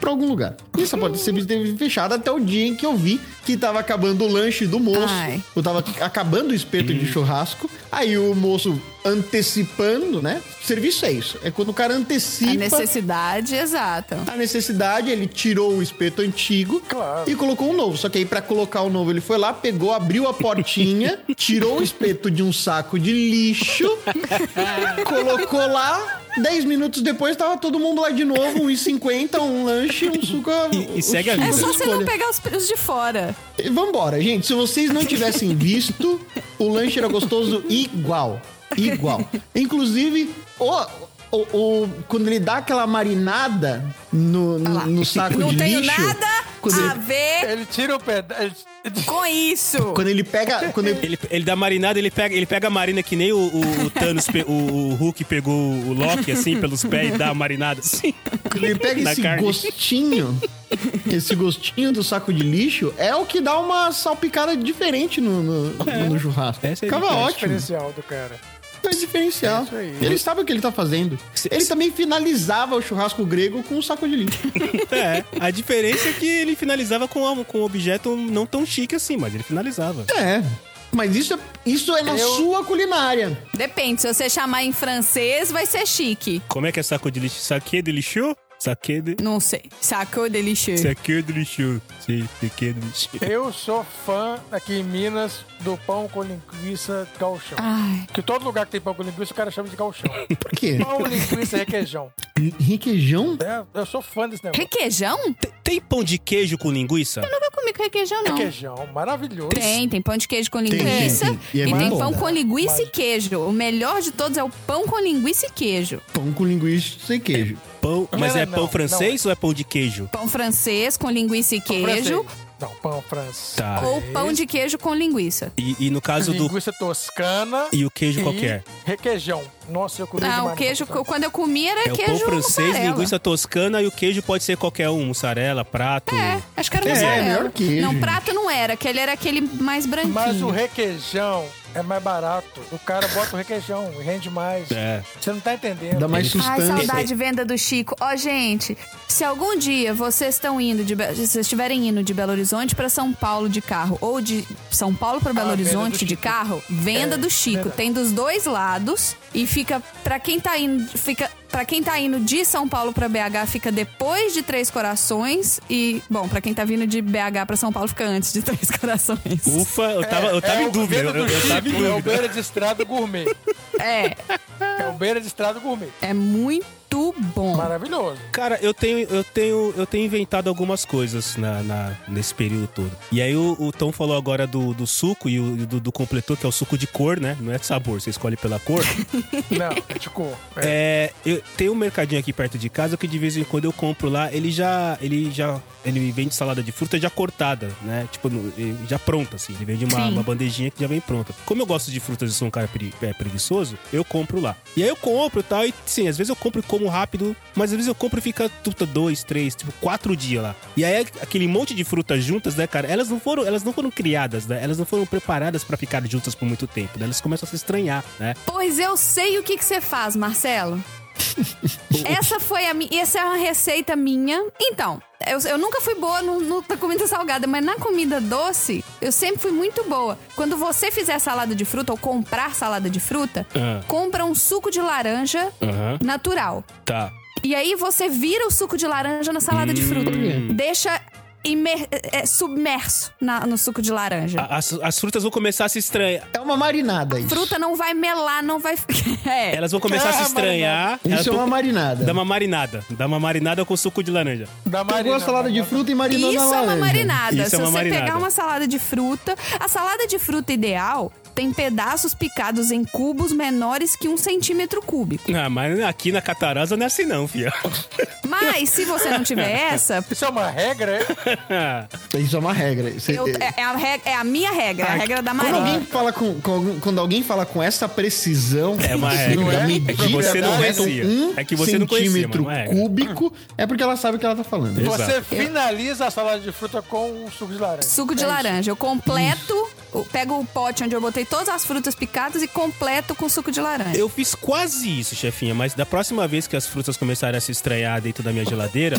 pra algum lugar. E essa porta sempre esteve fechada até o dia em que eu vi que tava acabando o lanche do moço. Ai. Eu tava acabando o espeto de churrasco. Aí o moço antecipando, né? Serviço é isso. É quando o cara antecipa. A necessidade, exato. A necessidade, ele tirou o espeto antigo Claro. e colocou um novo. Só que aí, pra colocar o novo, ele foi lá, pegou, abriu a portinha, tirou o espeto de um saco de lixo, colocou lá. Dez minutos depois, tava todo mundo lá de novo, 1,50, um lanche, um suco. E- e segue a um vida. É suco só de você não escolha. pegar os preços de fora. E Vambora, gente. Se vocês não tivessem visto, o lanche era gostoso igual. Igual. Inclusive, o, o, o- quando ele dá aquela marinada no, no, no saco Não de tenho lixo. nada, a ver Ele tira o pedaço. com isso. Quando ele pega. Quando ele, Ele, ele dá marinada, ele pega, ele pega a marina que nem o, o- o Thanos, pe- o, o Hulk pegou o Loki, assim, pelos pés e dá a marinada, assim. quando ele pega Na esse carne. gostinho. Esse gostinho do saco de lixo é o que dá uma salpicada diferente no, no, no churrasco. Essa é a Ficava diferença. ótimo. diferencial do cara. É diferencial. isso aí. Ele sabe o que ele tá fazendo. Se- Ele se- também finalizava o churrasco grego com um saco de lixo. É, a diferença é que ele finalizava com, um- com um objeto não tão chique assim, mas ele finalizava. é. Mas isso é, isso é na sua culinária. Depende, se você chamar em francês, vai ser chique. Como é que é saco de lixo? Saque de lixo? Saque de... Não sei. Sacou delicieux. Saque de lixo. Sim, Saque de lixo. Eu sou fã aqui em Minas do pão com linguiça galchão. Ai, Que todo lugar que tem pão com linguiça, o cara chama de galchão. Por quê? pão, linguiça e requeijão. Requeijão? né? Eu sou fã desse negócio. requeijão? Eu Te- Tem pão de queijo com linguiça? nunca comi com requeijão, não. Requeijão, maravilhoso. Tem, tem pão de queijo com Tem, linguiça. tem, tem. E E, é tem bom. pão com linguiça e queijo. O melhor de todos é o pão com linguiça e queijo. Pão com linguiça sem queijo. Pão, mas Não, é não, pão não. francês ou é pão de queijo? Pão francês com linguiça e queijo. francês. Não, pão francês. Tá. Ou pão de queijo com linguiça. E, e no caso do... Linguiça toscana. E o queijo é? qualquer? Requeijão. Nossa, eu comi Não, demais Ah, o queijo, nessa quando eu comi, era É o queijo pão francês, mussarela. linguiça toscana e o queijo pode ser qualquer um, mussarela, prato. É, acho que era É, mussarela. melhor queijo. Não, prato não era, aquele era aquele mais branquinho. Mas o requeijão é mais barato. O cara bota o requeijão e rende mais. É. Você não tá entendendo. Dá mais Ai, sustância. saudade venda do Chico. Ó, gente, se algum dia vocês estão indo de Be- se vocês estiverem indo de Belo Horizonte pra São Paulo de carro ou de São Paulo pra Belo Ah, venda do Horizonte de Chico. carro, venda É, do Chico, verdade. tem dos dois lados e fica pra quem tá indo, fica para quem tá indo de São Paulo pra BH fica depois de Três Corações e, bom, pra quem tá vindo de BH pra São Paulo fica antes de Três Corações. Ufa, eu tava, eu tava é em o dúvida. beira Eu, do eu Chico, tava em É o dúvida. beira de estrada gourmet. É, É o beira de estrada gourmet. é muito bom. Maravilhoso. Cara, eu tenho, eu tenho, eu tenho inventado algumas coisas na, na- nesse período todo. E aí o, o Tom falou agora do, do suco e o, do, do completor, que é o suco de cor, né? Não é de sabor, você escolhe pela cor. Não, é de cor. É. É, eu, tem um mercadinho aqui perto de casa que de vez em quando eu compro lá. Ele já, ele já, ele vende salada de fruta já cortada, né? Tipo, no- ele já pronta, assim. Ele vende uma, Sim. uma bandejinha que já vem pronta. Como eu gosto de frutas e sou um cara pre- é, preguiçoso, eu compro lá. E aí eu compro e tal. E sim, às vezes eu compro e como rápido, mas às vezes eu compro e fica tuta dois, três, tipo quatro dias lá. E aí aquele monte de frutas juntas, né, cara? Elas não foram, elas não foram criadas, né? Elas não foram preparadas pra ficar juntas por muito tempo. né? Elas começam a se estranhar, né? Pois eu sei o que que você faz, Marcelo. essa foi a minha. Essa é uma receita minha. Então, eu, eu nunca fui boa no, no- na comida salgada, mas na comida doce, eu sempre fui muito boa. Quando você fizer salada de fruta ou comprar salada de fruta, Ah. compra um suco de laranja Aham, natural. tá. E aí você vira o suco de laranja na salada de fruta. Deixa imer- é, é, submerso na- no suco de laranja. A- As, as frutas vão começar a se estranhar. É uma marinada isso. Fruta não vai melar, não vai. é. Elas vão começar a se Ah, estranhar. Elas Isso é vão- uma marinada. Dá uma marinada. Dá uma marinada com suco de laranja. Da Pegou Marina, a salada de mano. fruta e marinou Isso na laranja. é uma marinada. Isso Se é uma você marinada. pegar uma salada de fruta, a salada de fruta ideal tem pedaços picados em cubos menores que um centímetro cúbico. Ah, mas aqui na Catarosa não é assim não, fia. Mas se você não tiver essa, Isso é uma regra, é? Isso é uma regra. Você- eu- é- é, é a reg- é a minha regra, é a regra da Quando Maria. alguém, fala com, com algum- quando alguém fala com essa precisão É uma assim, regra. da É que medida, você não da regra, conhecia. um É que você não conhecia, centímetro mas é uma regra. cúbico, é porque ela sabe o que ela tá falando. Exato. Você finaliza a salada de fruta com o suco de laranja. Suco de laranja. Eu completo, eu pego o pote onde eu botei todas as frutas picadas e completo com suco de laranja. Eu fiz quase isso, chefinha, mas da próxima vez que as frutas começarem a se estranhar dentro da minha geladeira,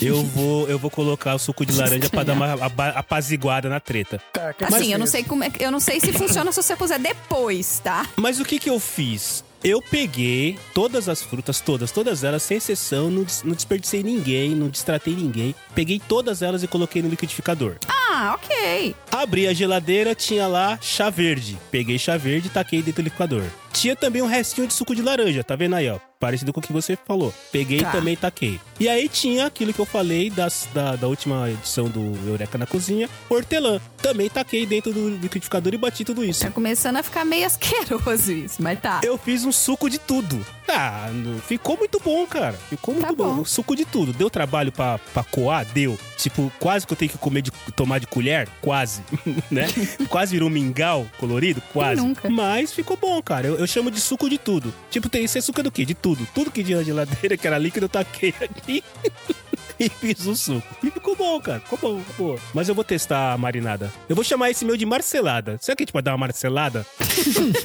eu vou eu vou colocar o suco de laranja pra dar uma aba- apaziguada na treta. Tá, que Assim, eu não beleza. sei como é, que- eu não sei se funciona se você puser depois, tá? Mas o que que eu fiz? Eu peguei todas as frutas, todas, todas elas, sem exceção, não, des- não desperdicei ninguém, não distratei ninguém. Peguei todas elas e coloquei no liquidificador. Ah, ok. Abri a geladeira, tinha lá chá verde. Peguei chá verde e taquei dentro do liquidificador. Tinha também um restinho de suco de laranja, tá vendo aí, ó? Parecido com o que você falou. Peguei e Tá. também taquei. E aí tinha aquilo que eu falei das- da, da última edição do Eureka na Cozinha, hortelã. Também taquei dentro do liquidificador e bati tudo isso. Tá começando a ficar meio asqueroso isso, mas tá. Eu fiz um suco de tudo. Ah, não- ficou muito bom, cara. Ficou muito Tá bom. bom. Suco de tudo. Deu trabalho pra, pra coar? Deu. Tipo, quase que eu tenho que comer de, tomar de colher? Quase. né? quase virou mingau colorido? Quase. nunca? Mas ficou bom, cara. Eu, eu chamo de suco de tudo. Tipo, tem esse açúcar do quê? De tudo. Tudo que tinha na geladeira, que era líquido, eu taquei aqui. E fiz o suco. E ficou bom, cara. Ficou bom, ficou bom. Mas eu vou testar a marinada. Eu vou chamar esse meu de marcelada. Será que a gente pode dar uma marcelada?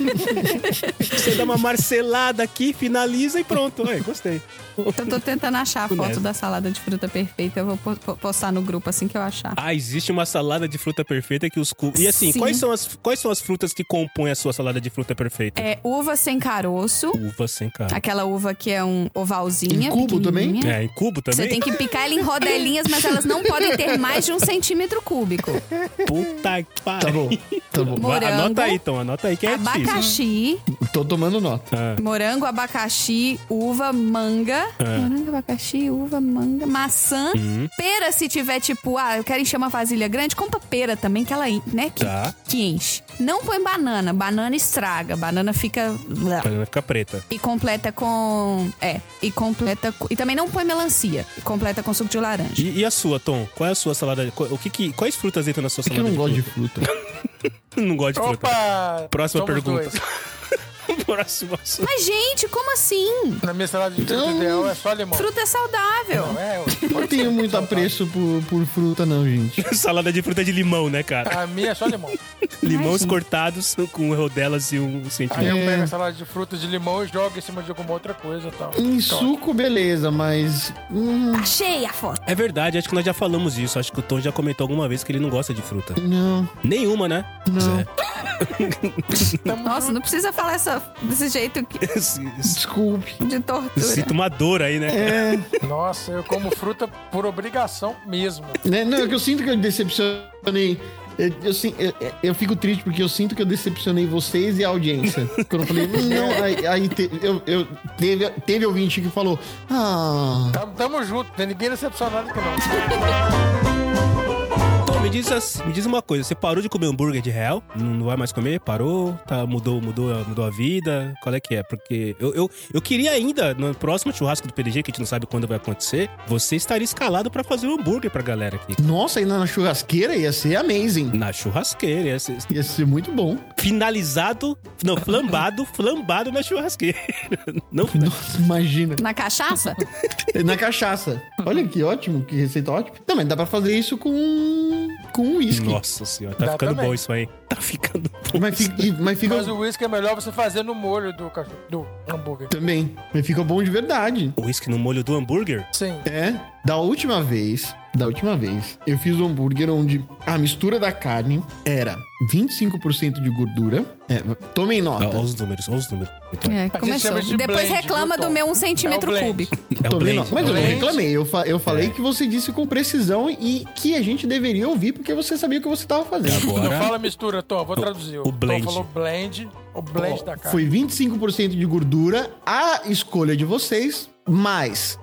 Você dá uma marcelada aqui, finaliza e pronto. Ué, gostei. Eu Então, tô tentando achar a Neve. foto da salada de fruta perfeita. Eu vou po- po- postar no grupo assim que eu achar. Ah, existe uma salada de fruta perfeita que os... cu- E assim, Sim. quais são, as, quais são as frutas que compõem a sua salada de fruta perfeita? É uva sem caroço. Uva sem cara. Aquela uva que é um ovalzinha. Em cubo também? pequenininha. É, em cubo também? Você tem que picar ela em rodelinhas, mas elas não podem ter mais de um centímetro cúbico. Puta que pariu. Tá bom, tá bom. Vai, Morango. Anota aí, então. Anota aí que é difícil. abacaxi, Tô tomando Tá, nota. morango, abacaxi, uva, manga. Morango, abacaxi, uva, manga. Maçã. Pera, se tiver tipo, ah, eu quero encher uma vasilha grande, compra pera também, que ela, en- né, que, Tá. que enche. Não põe banana, banana estraga, banana fica... blá. Mas vai ficar preta. E completa com. É. E completa. com- E também não põe melancia. E completa com suco de laranja. E, e a sua, Tom? Qual é a sua salada? qual- O que que, quais frutas entram na sua Por É que eu salada não gosto de de fruta? fruta? Não gosto de fruta. Opa! Próxima Somos pergunta. dois. Próximo assunto. Mas, gente, como assim? Na minha salada de fruta Então, ideal é só limão. Fruta é saudável. Não é? Não tenho muito tá. apreço por, por fruta, não, gente. Salada de fruta de limão, né, cara? A minha é só limão. Limões Imagina. cortados com rodelas e um Aí centímetro. eu É. pego a salada de fruta de limão e jogo em cima de alguma outra coisa e tal. Em Então, suco, beleza, mas. hum, Achei a foto. É verdade, acho que nós já falamos disso. Acho que o Tom já comentou alguma vez que ele não gosta de fruta. não. Nenhuma, né? Não. Nossa, não precisa falar essa, desse jeito que- Desculpe. de tortura. Sinto uma dor aí, né? É. Então, Nossa, eu como fruta por obrigação mesmo. né, Não, é que eu sinto que eu decepcionei. Eu, eu sin- eu- eu fico triste porque eu sinto que eu decepcionei vocês e a audiência. Quando eu falei, "Hum, não, aí, aí te- eu, eu- teve, teve ouvinte que falou, ah. Tamo, tamo junto, não é ninguém decepcionado aqui não. Tom, me diz, as- me diz uma coisa. Você parou de comer hambúrguer de real? Não, não vai mais comer? Parou? Tá, mudou, mudou, a- mudou a vida? Qual é que é? Porque eu, eu, eu queria ainda, no próximo churrasco do PDG, que a gente não sabe quando vai acontecer, você estaria escalado pra fazer um hambúrguer pra galera aqui. Nossa, ainda na churrasqueira ia ser amazing. Na churrasqueira, ia ser Ia ser muito bom. finalizado, não, flambado, flambado na churrasqueira. Não, Nossa, imagina. Na cachaça? Na cachaça. Olha que ótimo, que receita ótima. Não, mas dá pra fazer isso com. com uísque. Nossa senhora, tá Dá ficando também. bom isso aí. Tá ficando bom. Mas fica, mas fica Mas o uísque é melhor você fazer no molho do, cachorro, do hambúrguer. também. Mas fica bom de verdade. O uísque no molho do hambúrguer? Sim. É, da última vez, da última vez, eu fiz um hambúrguer onde a mistura da carne era 25% de gordura. É, tomem Ah, nota. Olha os números, olha os números. É, gente começou. chama de Depois blend, reclama viu, do Tom? meu um É centímetro o blend. cúbico. É o Tomei blend. É. nota. Mas eu não Blend. reclamei, eu, fa- eu falei que você disse com precisão e que a gente deveria ouvir porque você sabia o que você estava fazendo. Não Agora, fala mistura, Tom, vou traduzir. o blend. Tom falou blend, o blend da carne. Foi 25% de gordura, a escolha de vocês, mais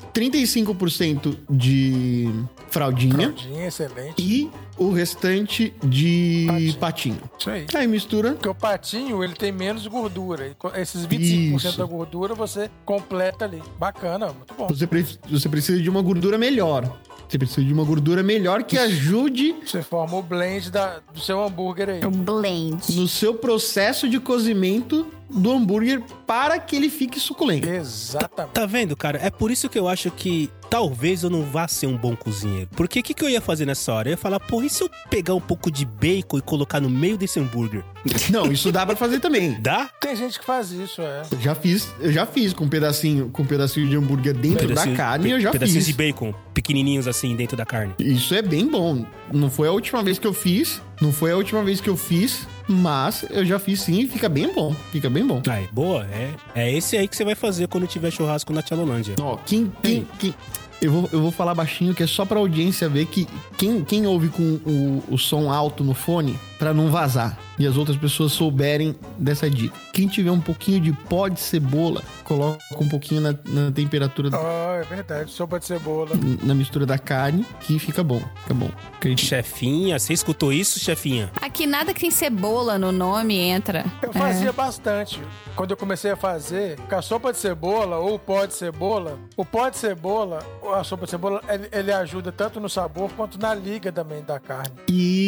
35% de fraldinha Fraldinha, excelente. e o restante de patinho. Isso aí. Aí mistura Porque o patinho, ele tem menos gordura. E co- Esses 25% Isso. da gordura você completa ali. Bacana, muito bom. Você, pre- você precisa de uma gordura melhor. Você precisa de uma gordura melhor que ajude Você forma o blend da- do seu hambúrguer aí. O blend. no seu processo de cozimento do hambúrguer para que ele fique suculento. Exatamente. tá vendo, cara? É por isso que eu acho que talvez eu não vá ser um bom cozinheiro. Porque o que, que eu ia fazer nessa hora? Eu ia falar, porra, e se eu pegar um pouco de bacon e colocar no meio desse hambúrguer? Não, isso dá pra fazer também. Dá? Tem gente que faz isso, é. Eu já fiz, eu já fiz com um pedacinho, com um pedacinho de hambúrguer dentro da carne, pe- eu já pedacinhos de fiz. bacon, pequenininhos assim, dentro da carne. Isso é bem bom. Não foi a última vez que eu fiz, não foi a última vez que eu fiz, mas eu já fiz sim e fica bem bom. Fica bem bom. Aí, boa, é, é esse aí que você vai fazer quando tiver churrasco na Tchalolândia. Ó, quem, quem, quem- eu, vou, eu vou falar baixinho que é só pra audiência ver que quem, quem ouve com o, o som alto no fone pra não vazar e as outras pessoas souberem dessa dica. Quem tiver um pouquinho de pó de cebola, coloca um pouquinho na, na temperatura, da- Ah, é verdade. Sopa de cebola. na mistura da carne, que fica bom. Fica bom. Chefinha, você escutou isso, chefinha? Aqui nada que tem cebola no nome entra. É. Eu fazia bastante. Quando eu comecei a fazer, com a sopa de cebola ou o pó de cebola, o pó de cebola, ou a sopa de cebola, ele, ele ajuda tanto no sabor quanto na liga também da carne.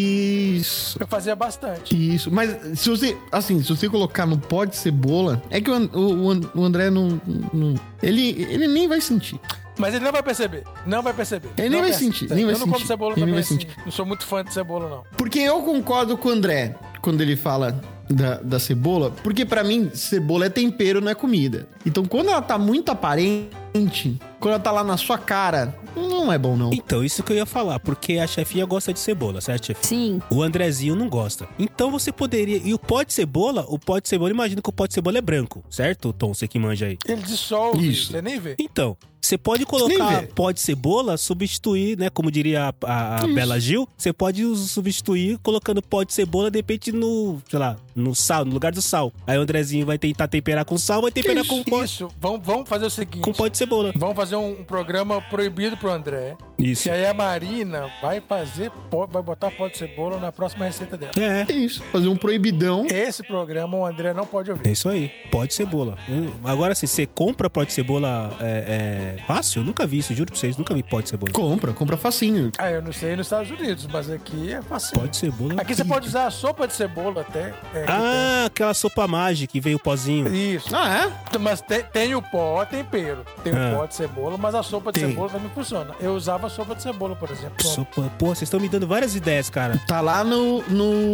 Isso. Eu fazia bastante. Isso, mas se você, assim, se você colocar no pó de cebola, é que o, An- o- o An- o André não, não- ele, ele nem vai sentir. Mas ele não vai perceber. Não vai perceber. Ele nem Não vai percebe. sentir, nem vai Eu não como sentir. cebola Ele nem também vai assim. sentir. Não sou muito fã de cebola, não. Porque eu concordo com o André quando ele fala da, da cebola, porque pra mim cebola é tempero, não é comida. Então quando ela tá muito aparente, quando ela tá lá na sua cara, não é bom não. Então, isso que eu ia falar, porque a chefinha gosta de cebola, certo, chefinha? Sim. O Andrezinho não gosta. Então você poderia. E o pó de cebola, o pó de cebola, imagina que o pó de cebola é branco, certo, Tom? Você que manja aí. Ele dissolve, Isso. você nem vê. Então, você pode Nem colocar vê. pó de cebola, substituir, né? Como diria a, a- a Bela Gil, você pode us- substituir colocando pó de cebola, de repente, no, sei lá, no sal, no lugar do sal. Aí o Andrezinho vai tentar temperar com sal, vai temperar com pó, Isso, vamos, vamos fazer o seguinte. com pó de cebola. Vamos fazer um, um programa proibido pro André. Isso. E aí a Marina vai fazer, pó- vai botar pó de cebola na próxima receita dela. É. É isso, fazer um proibidão. Esse programa o André não pode ouvir. É isso aí, pó de cebola. Hum, Agora, assim, você compra pó de cebola é, é, fácil? Eu nunca vi isso, juro pra vocês, nunca vi pó de cebola. Compra, compra facinho. Ah, eu não sei nos Estados Unidos, mas aqui é fácil. Pó de cebola. Aqui você pode usar a sopa de cebola até. é, que né? Ah, aquela sopa mágica que veio o tem. pozinho. Isso. Ah, Mas tem, tem o pó tempero. Tem Ah. o pó de cebola, mas a sopa de Tem. cebola também funciona. Eu usava a sopa de cebola, por exemplo. Sopa, pô, vocês estão me dando várias ideias, cara. é? Tá lá no,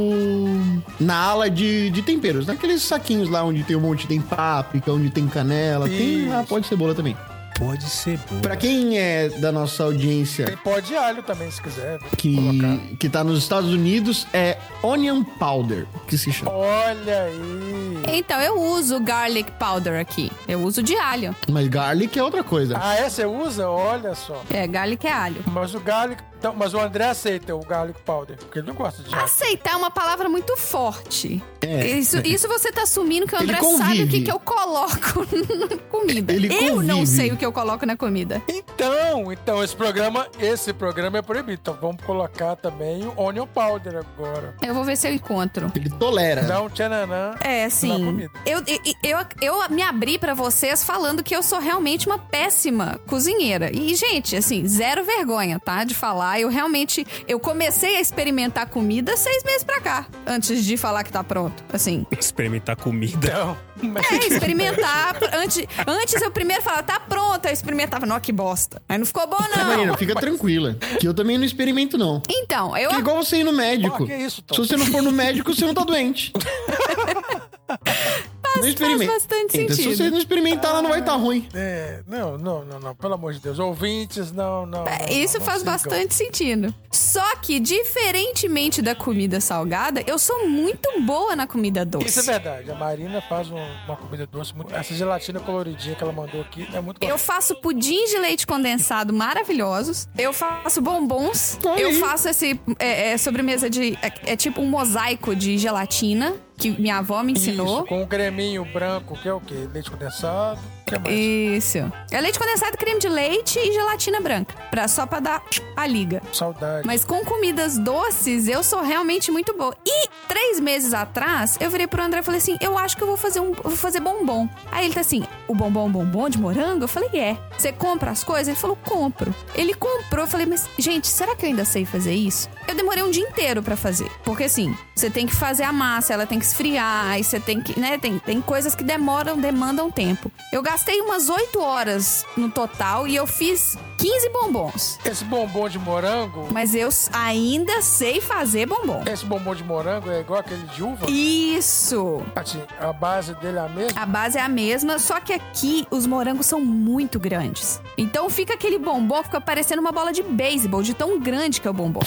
no na ala de, de temperos, naqueles saquinhos lá onde tem um monte, tem páprica, onde tem canela, tem lá Isso. pó de cebola também. Pó de cebola. Pra quem é da nossa audiência Tem pó de alho também, se quiser. Colocar. que, que tá nos Estados Unidos, é onion powder, que se chama. Olha aí. Então eu uso garlic powder aqui. Eu uso de alho. Mas garlic é outra coisa. Ah, é? Você usa? Olha só. É, garlic é alho. Mas o garlic. Então, mas o André aceita o garlic powder, porque ele não gosta de alho. Aceitar é uma palavra muito forte. É. Isso, isso você tá assumindo que o Ele André sabe o que, convive. que eu coloco na comida. Ele eu não convive. sei o que eu coloco na comida. Então, então esse programa, esse programa é proibido. Então vamos colocar também o onion powder agora. Eu vou ver se eu encontro. Ele tolera. Dá um tchananã. É, Na sim. comida. Eu, e- e- eu, eu me abri pra vocês falando que eu sou realmente uma péssima cozinheira. E, gente, assim, zero vergonha, tá? De falar. Eu realmente. Eu comecei a experimentar comida seis meses pra cá, antes de falar que tá pronto. Assim. Experimentar comida. Então, mas- É, experimentar. antes, antes eu primeiro falava, tá pronto. Eu experimentava, não, que bosta. Aí não ficou bom, Não, não. Marina, fica tranquila. Que eu também não experimento, não. Então, eu. É igual você ir no médico. Ó, Ah, que isso, Tom? Se você não for no médico, você não tá doente. não Então, bastante Se sentido. você não experimentar, ela não vai estar ruim. É, não, não, não, não, pelo amor de Deus. Ouvintes, não, não. não, É, Isso não, faz sigam. bastante sentido. Só que, diferentemente da comida salgada, eu sou muito boa na comida doce. Isso é verdade. A Marina faz um- uma comida doce muito. Essa gelatina coloridinha que ela mandou aqui é muito Eu faço pudim de leite condensado maravilhosos. Eu faço bombons. Olha Eu aí. faço esse é, é, sobremesa de. É, é tipo um mosaico de gelatina que minha avó me Isso, ensinou. com um creminho branco, que é o quê? Leite condensado. O que mais? Isso. É leite condensado, creme de leite e gelatina branca. Pra, só pra dar a liga. Saudade. Mas com comidas doces, eu sou realmente muito boa. E três meses atrás, eu virei pro André e falei assim: eu acho que eu vou fazer um. eu Vou fazer bombom. Aí ele tá assim: o bombom bombom de morango? Eu falei, é. Você compra as coisas? Ele falou, compro. Ele comprou, eu falei, mas, gente, será que eu ainda sei fazer isso? Eu demorei um dia inteiro pra fazer. Porque assim, você tem que fazer a massa, ela tem que esfriar, aí você tem que. né, tem, tem coisas que demoram, demandam tempo. Eu gastei umas oito horas no total e eu fiz 15 bombons. Esse bombom de morango, Mas eu s- ainda sei fazer bombom. esse bombom de morango é igual aquele de uva. Isso! Assim, A base dele é a mesma. A base é a mesma, só que aqui os morangos são muito grandes. Então fica aquele bombom, fica parecendo uma bola de beisebol, de tão grande que é o bombom.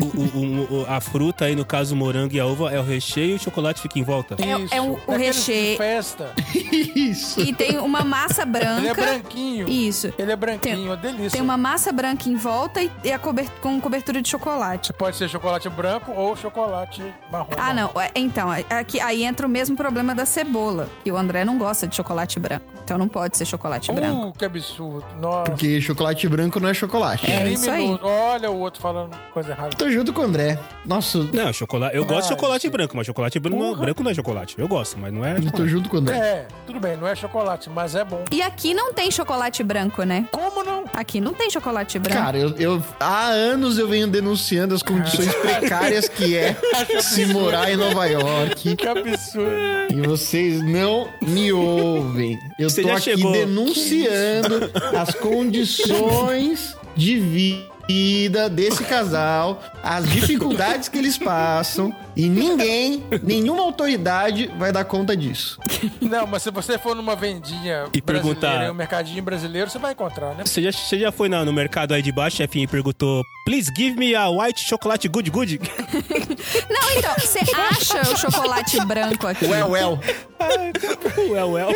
O- o- o- o- a fruta aí, no caso, o morango e a uva, é o recheio e o chocolate fica em volta. É- Isso. é um- o Daqueles de recheio. festa. Isso. E tem uma massa Ele é branca. branquinho. Isso. um Ele é branquinho, é delícia. Tem uma massa branca em volta e e, e a cober- com cobertura de chocolate. Você pode ser chocolate branco ou chocolate marrom. Ah, não. É, Então, é- aqui, aí entra o mesmo problema da cebola. E o André não gosta de chocolate branco. Então não pode ser chocolate branco. Uh, que absurdo. Nossa. Porque chocolate branco não é chocolate. É isso aí. Criminoso. Olha o outro falando coisa errada. Tô junto com o André. Nossa, Não, chocolate. Eu gosto de Ah, chocolate branco, mas chocolate branco, não- branco não é chocolate. Eu gosto, mas não é. eu tô chocolate. junto com o André. É, tudo bem, não é chocolate, mas é bom. E aqui não tem chocolate branco, né? Como não? Aqui não tem chocolate branco. Cara, eu, eu- há anos eu venho denunciando as condições precárias que é se morar em Nova York. Que absurdo. E vocês não me ouvem. Eu Você tô já aqui chegou. denunciando as condições de vida desse casal, as dificuldades que eles passam e ninguém, nenhuma autoridade vai dar conta disso. Não, mas se você for numa vendinha E brasileira, perguntar- um mercadinho brasileiro, você vai encontrar, né? Você já, você já foi na- no mercado aí de baixo, chefinho, e perguntou: Please give me a white chocolate good good? Não, então, você acha o chocolate branco aqui. Well, well. well, well.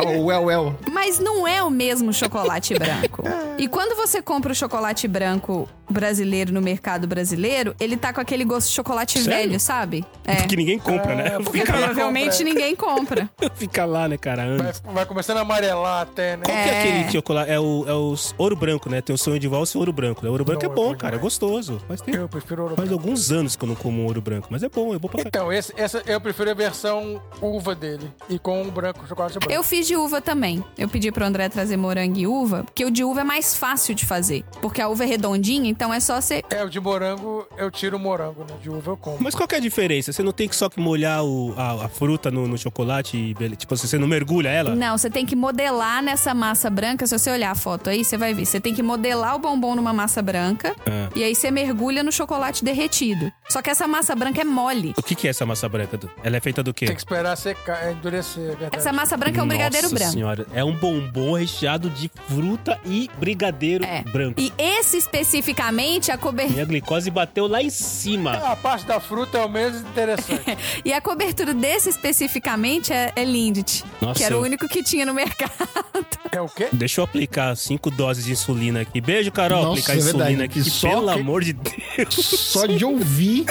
Oh, well, well. Mas não é o mesmo chocolate branco. E quando você compra o chocolate branco brasileiro no mercado brasileiro, ele tá com aquele gosto de chocolate Sério? velho, sabe? É. Que ninguém compra, né? porque Fica lá, Provavelmente ninguém compra. fica lá, né, cara? Vai, Anos. vai começando a amarelar até, né? Qual que é aquele chocolate? É o, é o ouro branco, né? Tem o sonho de valsa e o ouro branco. né? O ouro branco Não, é é bom, bom cara. É demais. gostoso. Mas É. tem Eu prefiro ouro faz branco. alguns anos que eu não como ouro branco. Mas é bom, é bom pra caralho. Então, esse, essa, eu prefiro a versão uva dele. E com o branco, chocolate branco. Eu fiz de uva também. Eu pedi pro André trazer morango e uva, porque o de uva é mais fácil de fazer. Porque a uva é redondinha, então é só você. É, o de morango, eu tiro o morango, né? De uva eu como. Mas qual que é a diferença? Você não tem que só que molhar o- a, a fruta no, no chocolate e beleza. Tipo, assim, você não mergulha ela? Não, você tem que modelar nessa massa branca. Se você olhar a foto aí, você vai ver. Você tem que modelar o bombom numa massa branca. Ah. E aí você mergulha no chocolate derretido. Só que essa massa branca é mole. O que, que é essa massa branca? Du? Ela é feita do quê? Tem que esperar secar, é, endurecer, é verdade. Essa massa branca é um brigadeiro Nossa branco. senhora, é um bombom recheado de fruta e brigadeiro É. branco. E esse especificamente, a cobertura. Minha glicose bateu lá em cima. A parte da fruta é o menos interessante. é- E a cobertura desse especificamente é, é Lindt, Nossa, que era eu- o único que tinha no mercado. é o quê? Deixa eu aplicar cinco doses de insulina aqui. Beijo, Carol. Nossa, aplicar é insulina verdade, aqui. que só Pelo que- amor de Deus. Só de ouvir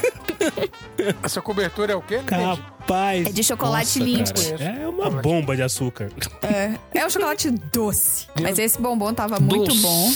Essa cobertura é o quê? Não entendi. Capaz. É de chocolate Nossa, Lindt. cara, É uma bomba de açúcar. É um chocolate doce. Mas esse bombom tava muito doce. bom.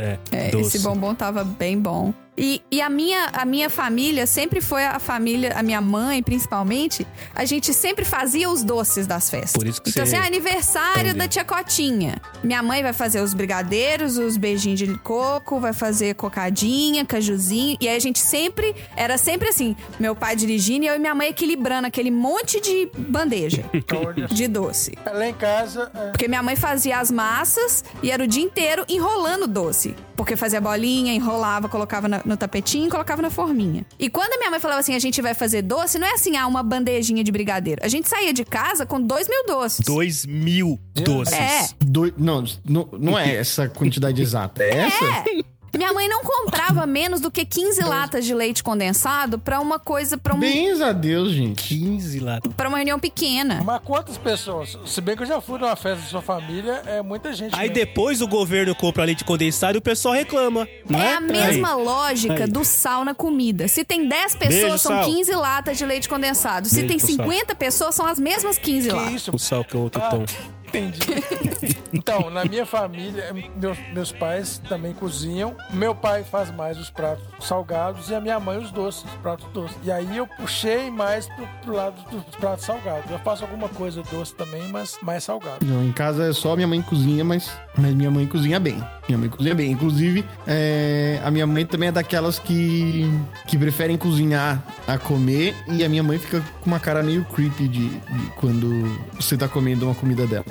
É, É, doce. Esse bombom tava bem bom. E, e a, minha, a minha família sempre foi a família, a minha mãe principalmente, a gente sempre fazia os doces das festas. Por isso que então, você- assim, ah, aniversário Entendi. da tia Cotinha. Minha mãe vai fazer os brigadeiros, os beijinhos de coco, vai fazer cocadinha, cajuzinho. E aí a gente sempre, era sempre assim, meu pai dirigindo e eu e minha mãe equilibrando aquele monte de bandeja Olha de doce. só. Lá em casa, é, Porque minha mãe fazia as massas e era o dia inteiro enrolando o doce. Porque fazia bolinha, enrolava, colocava na- no tapetinho e colocava na forminha. E quando a minha mãe falava assim, a gente vai fazer doce, não é assim, ah, uma bandejinha de brigadeiro. A gente saía de casa com dois mil doces. Dois mil doces. É, do- Não, não, não é essa quantidade exata. É essa? é. Minha mãe não comprava menos do que 15 latas de leite condensado pra uma coisa, pra, um, Bens a Deus, gente. 15 lá. pra uma reunião pequena. Mas quantas pessoas? Se bem que eu já fui numa festa da sua família, é muita gente. Aí mesmo. depois o governo compra leite condensado e o pessoal reclama. Não é, É a mesma Aí. lógica Aí. do sal na comida. Se tem 10 pessoas, Beijo, são sal. 15 latas de leite condensado. Se Beijo tem pro sal. 50 pessoas, são as mesmas 15 Que latas. isso? O sal que é outro Ah, tom. entendi. então, na minha família, meus, meus pais também cozinham. Meu pai faz mais os pratos salgados e a minha mãe os doces, os pratos doces. E aí eu puxei mais pro, pro lado dos pratos salgados. Eu faço alguma coisa doce também, mas mais salgado. Não, em casa é só minha mãe cozinha, mas, mas minha mãe cozinha bem. Minha mãe cozinha bem. Inclusive, é, a minha mãe também é daquelas que, que preferem cozinhar a comer. E a minha mãe fica com uma cara meio creepy de, de quando você tá comendo uma comida dela.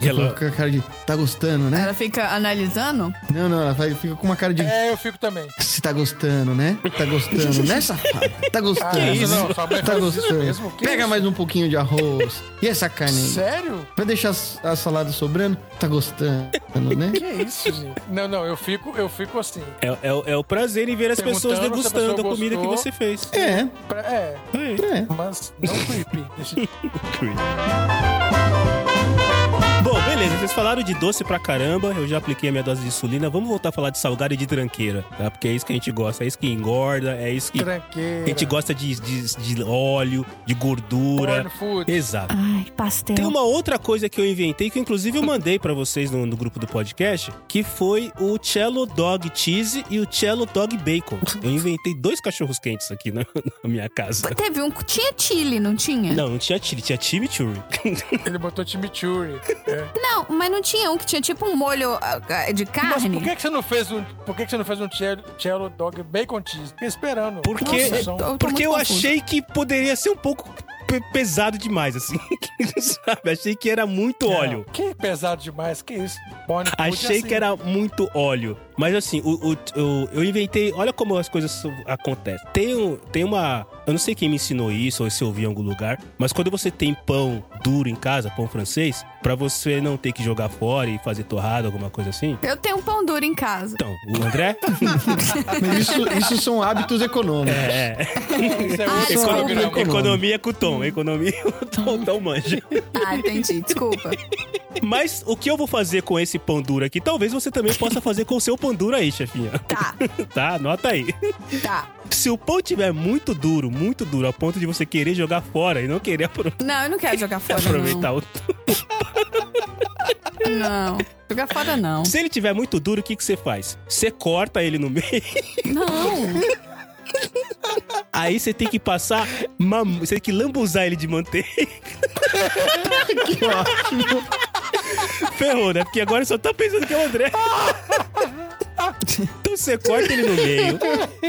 Ela Ela- fica com a cara de, tá gostando, né? Ela fica analisando? Não, não, ela faz- fica com uma cara de, É, eu fico também. você tá gostando, né? Tá gostando, né, safada? Tá gostando. Que isso? né? Não, sua mãe tá faz isso gostando. mesmo? Que Pega isso? mais um pouquinho de arroz. E essa carne aí? Sério? Vai deixar a salada sobrando? Tá gostando, né? Que isso, gente? Não, não, eu fico, eu fico assim. É, é- é o prazer em ver as pessoas Perguntando se a degustando a, pessoa comida que gostou. você fez. É, Pra- é, É. é. mas não creepy. Deixa- Bom, beleza, vocês falaram de doce pra caramba, eu já apliquei a minha dose de insulina. Vamos voltar a falar de salgado e de tranqueira, tá? Porque é isso que a gente gosta, é isso que engorda, é isso que. Tranqueira. A gente gosta de, de, de óleo, de Porn gordura. food. Exato. Ai, pastel. Tem um uma outra coisa que eu inventei, que eu, inclusive eu mandei pra vocês no, no grupo do podcast, que foi o Cello Dog Cheese e o Cello Dog Bacon. Eu inventei dois cachorros quentes aqui na, na minha casa. Teve um. Tinha chile, não tinha? Não, não tinha chili, tinha chimichurri. Ele botou chimichurri. É. Não, mas não tinha um que tinha tipo um molho ah, ah, de Mas carne? por que, que você não fez um, por que, que você não fez um cello, cello dog bacon cheese? Fiquei esperando. Porque, Nossa, são- Eu tô porque eu muito confusa. achei que poderia ser um pouco pe- pesado demais, assim. Sabe? Achei que era muito óleo. Que pesado demais, que isso? Bonnie food é Achei assim. que era muito óleo. Mas assim, o, o- o- eu inventei. Olha como as coisas so- acontecem. Tem, um- tem uma. Eu não sei quem me ensinou isso ou se eu vi em algum lugar, mas quando você tem pão duro em casa, pão francês, pra você não ter que jogar fora e fazer torrada, alguma coisa assim. Eu tenho um pão duro em casa. Então, o André. Mas isso, isso são hábitos econômicos. é. Isso é Ah, outro desculpa. programa. Econômico. Economia com o Tom. Economia o Tom, Tom manja. Ah, entendi. Desculpa. Mas o que eu vou fazer com esse pão duro aqui? Talvez você também possa fazer com o seu pão duro aí, chefinha. Tá, Tá, anota aí. tá. Se o pão tiver muito duro, muito duro, a ponto de você querer jogar fora e não querer apro- Não, eu não quero jogar fora, aproveitar o. não. Não, jogar fora não. Se ele tiver muito duro, o que, que você faz? Você corta ele no meio, Não. aí você tem que passar. Mam... Você tem que lambuzar ele de manteiga. Que ótimo. Ferrou, né? Porque agora só tá pensando que é o André. Então você corta ele no meio,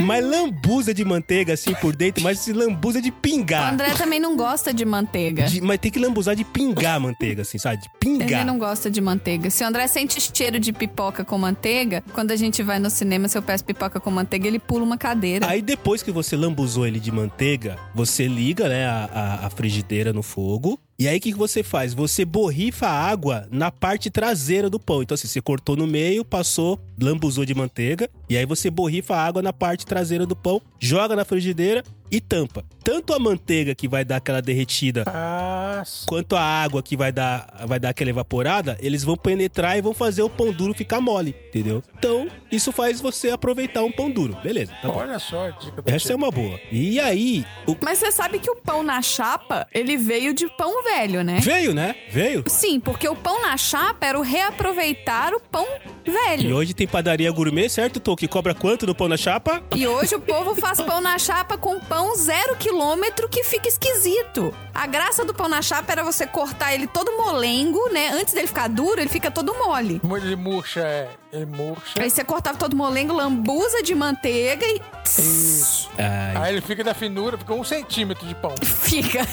mas lambuza de manteiga assim por dentro, mas se lambuza de O pingar. André também não gosta de manteiga. De- mas tem que lambuzar de pingar a manteiga, assim, sabe? De pingar. Ele não gosta de manteiga. Se o André sente cheiro de pipoca com manteiga, quando a gente vai no cinema, se eu peço pipoca com manteiga, ele pula uma cadeira. Aí depois que você lambuzou ele de manteiga, você liga, né, a, a- a frigideira no fogo. E aí o que, que você faz? Você borrifa a água na parte traseira do pão. Então assim, você cortou no meio, passou, lambuzou de manteiga. E aí você borrifa a água na parte traseira do pão, joga na frigideira e tampa. Tanto a manteiga que vai dar aquela derretida Ah, quanto a água que vai dar, vai dar aquela evaporada, eles vão penetrar e vão fazer o pão duro ficar mole, entendeu? Então, isso faz você aproveitar um pão duro. Beleza, tá bom. olha só a dica do Essa é Tio. uma boa. E aí, o... Mas você sabe que o pão na chapa, ele veio de pão velho, né? veio, né? Veio. Sim, porque o pão na chapa era o reaproveitar o pão E velho. hoje tem padaria gourmet, certo, Tô? Que cobra quanto no pão na chapa? E hoje o povo faz pão na chapa com pão zero quilômetro que fica esquisito. A graça do pão na chapa era você cortar ele todo molengo, né? Antes dele ficar duro, ele fica todo mole. Ele murcha, é. Ele murcha. Aí você cortava todo molengo, lambuza de manteiga e tss, Ai. Aí ele fica da finura, fica um centímetro de pão. fica.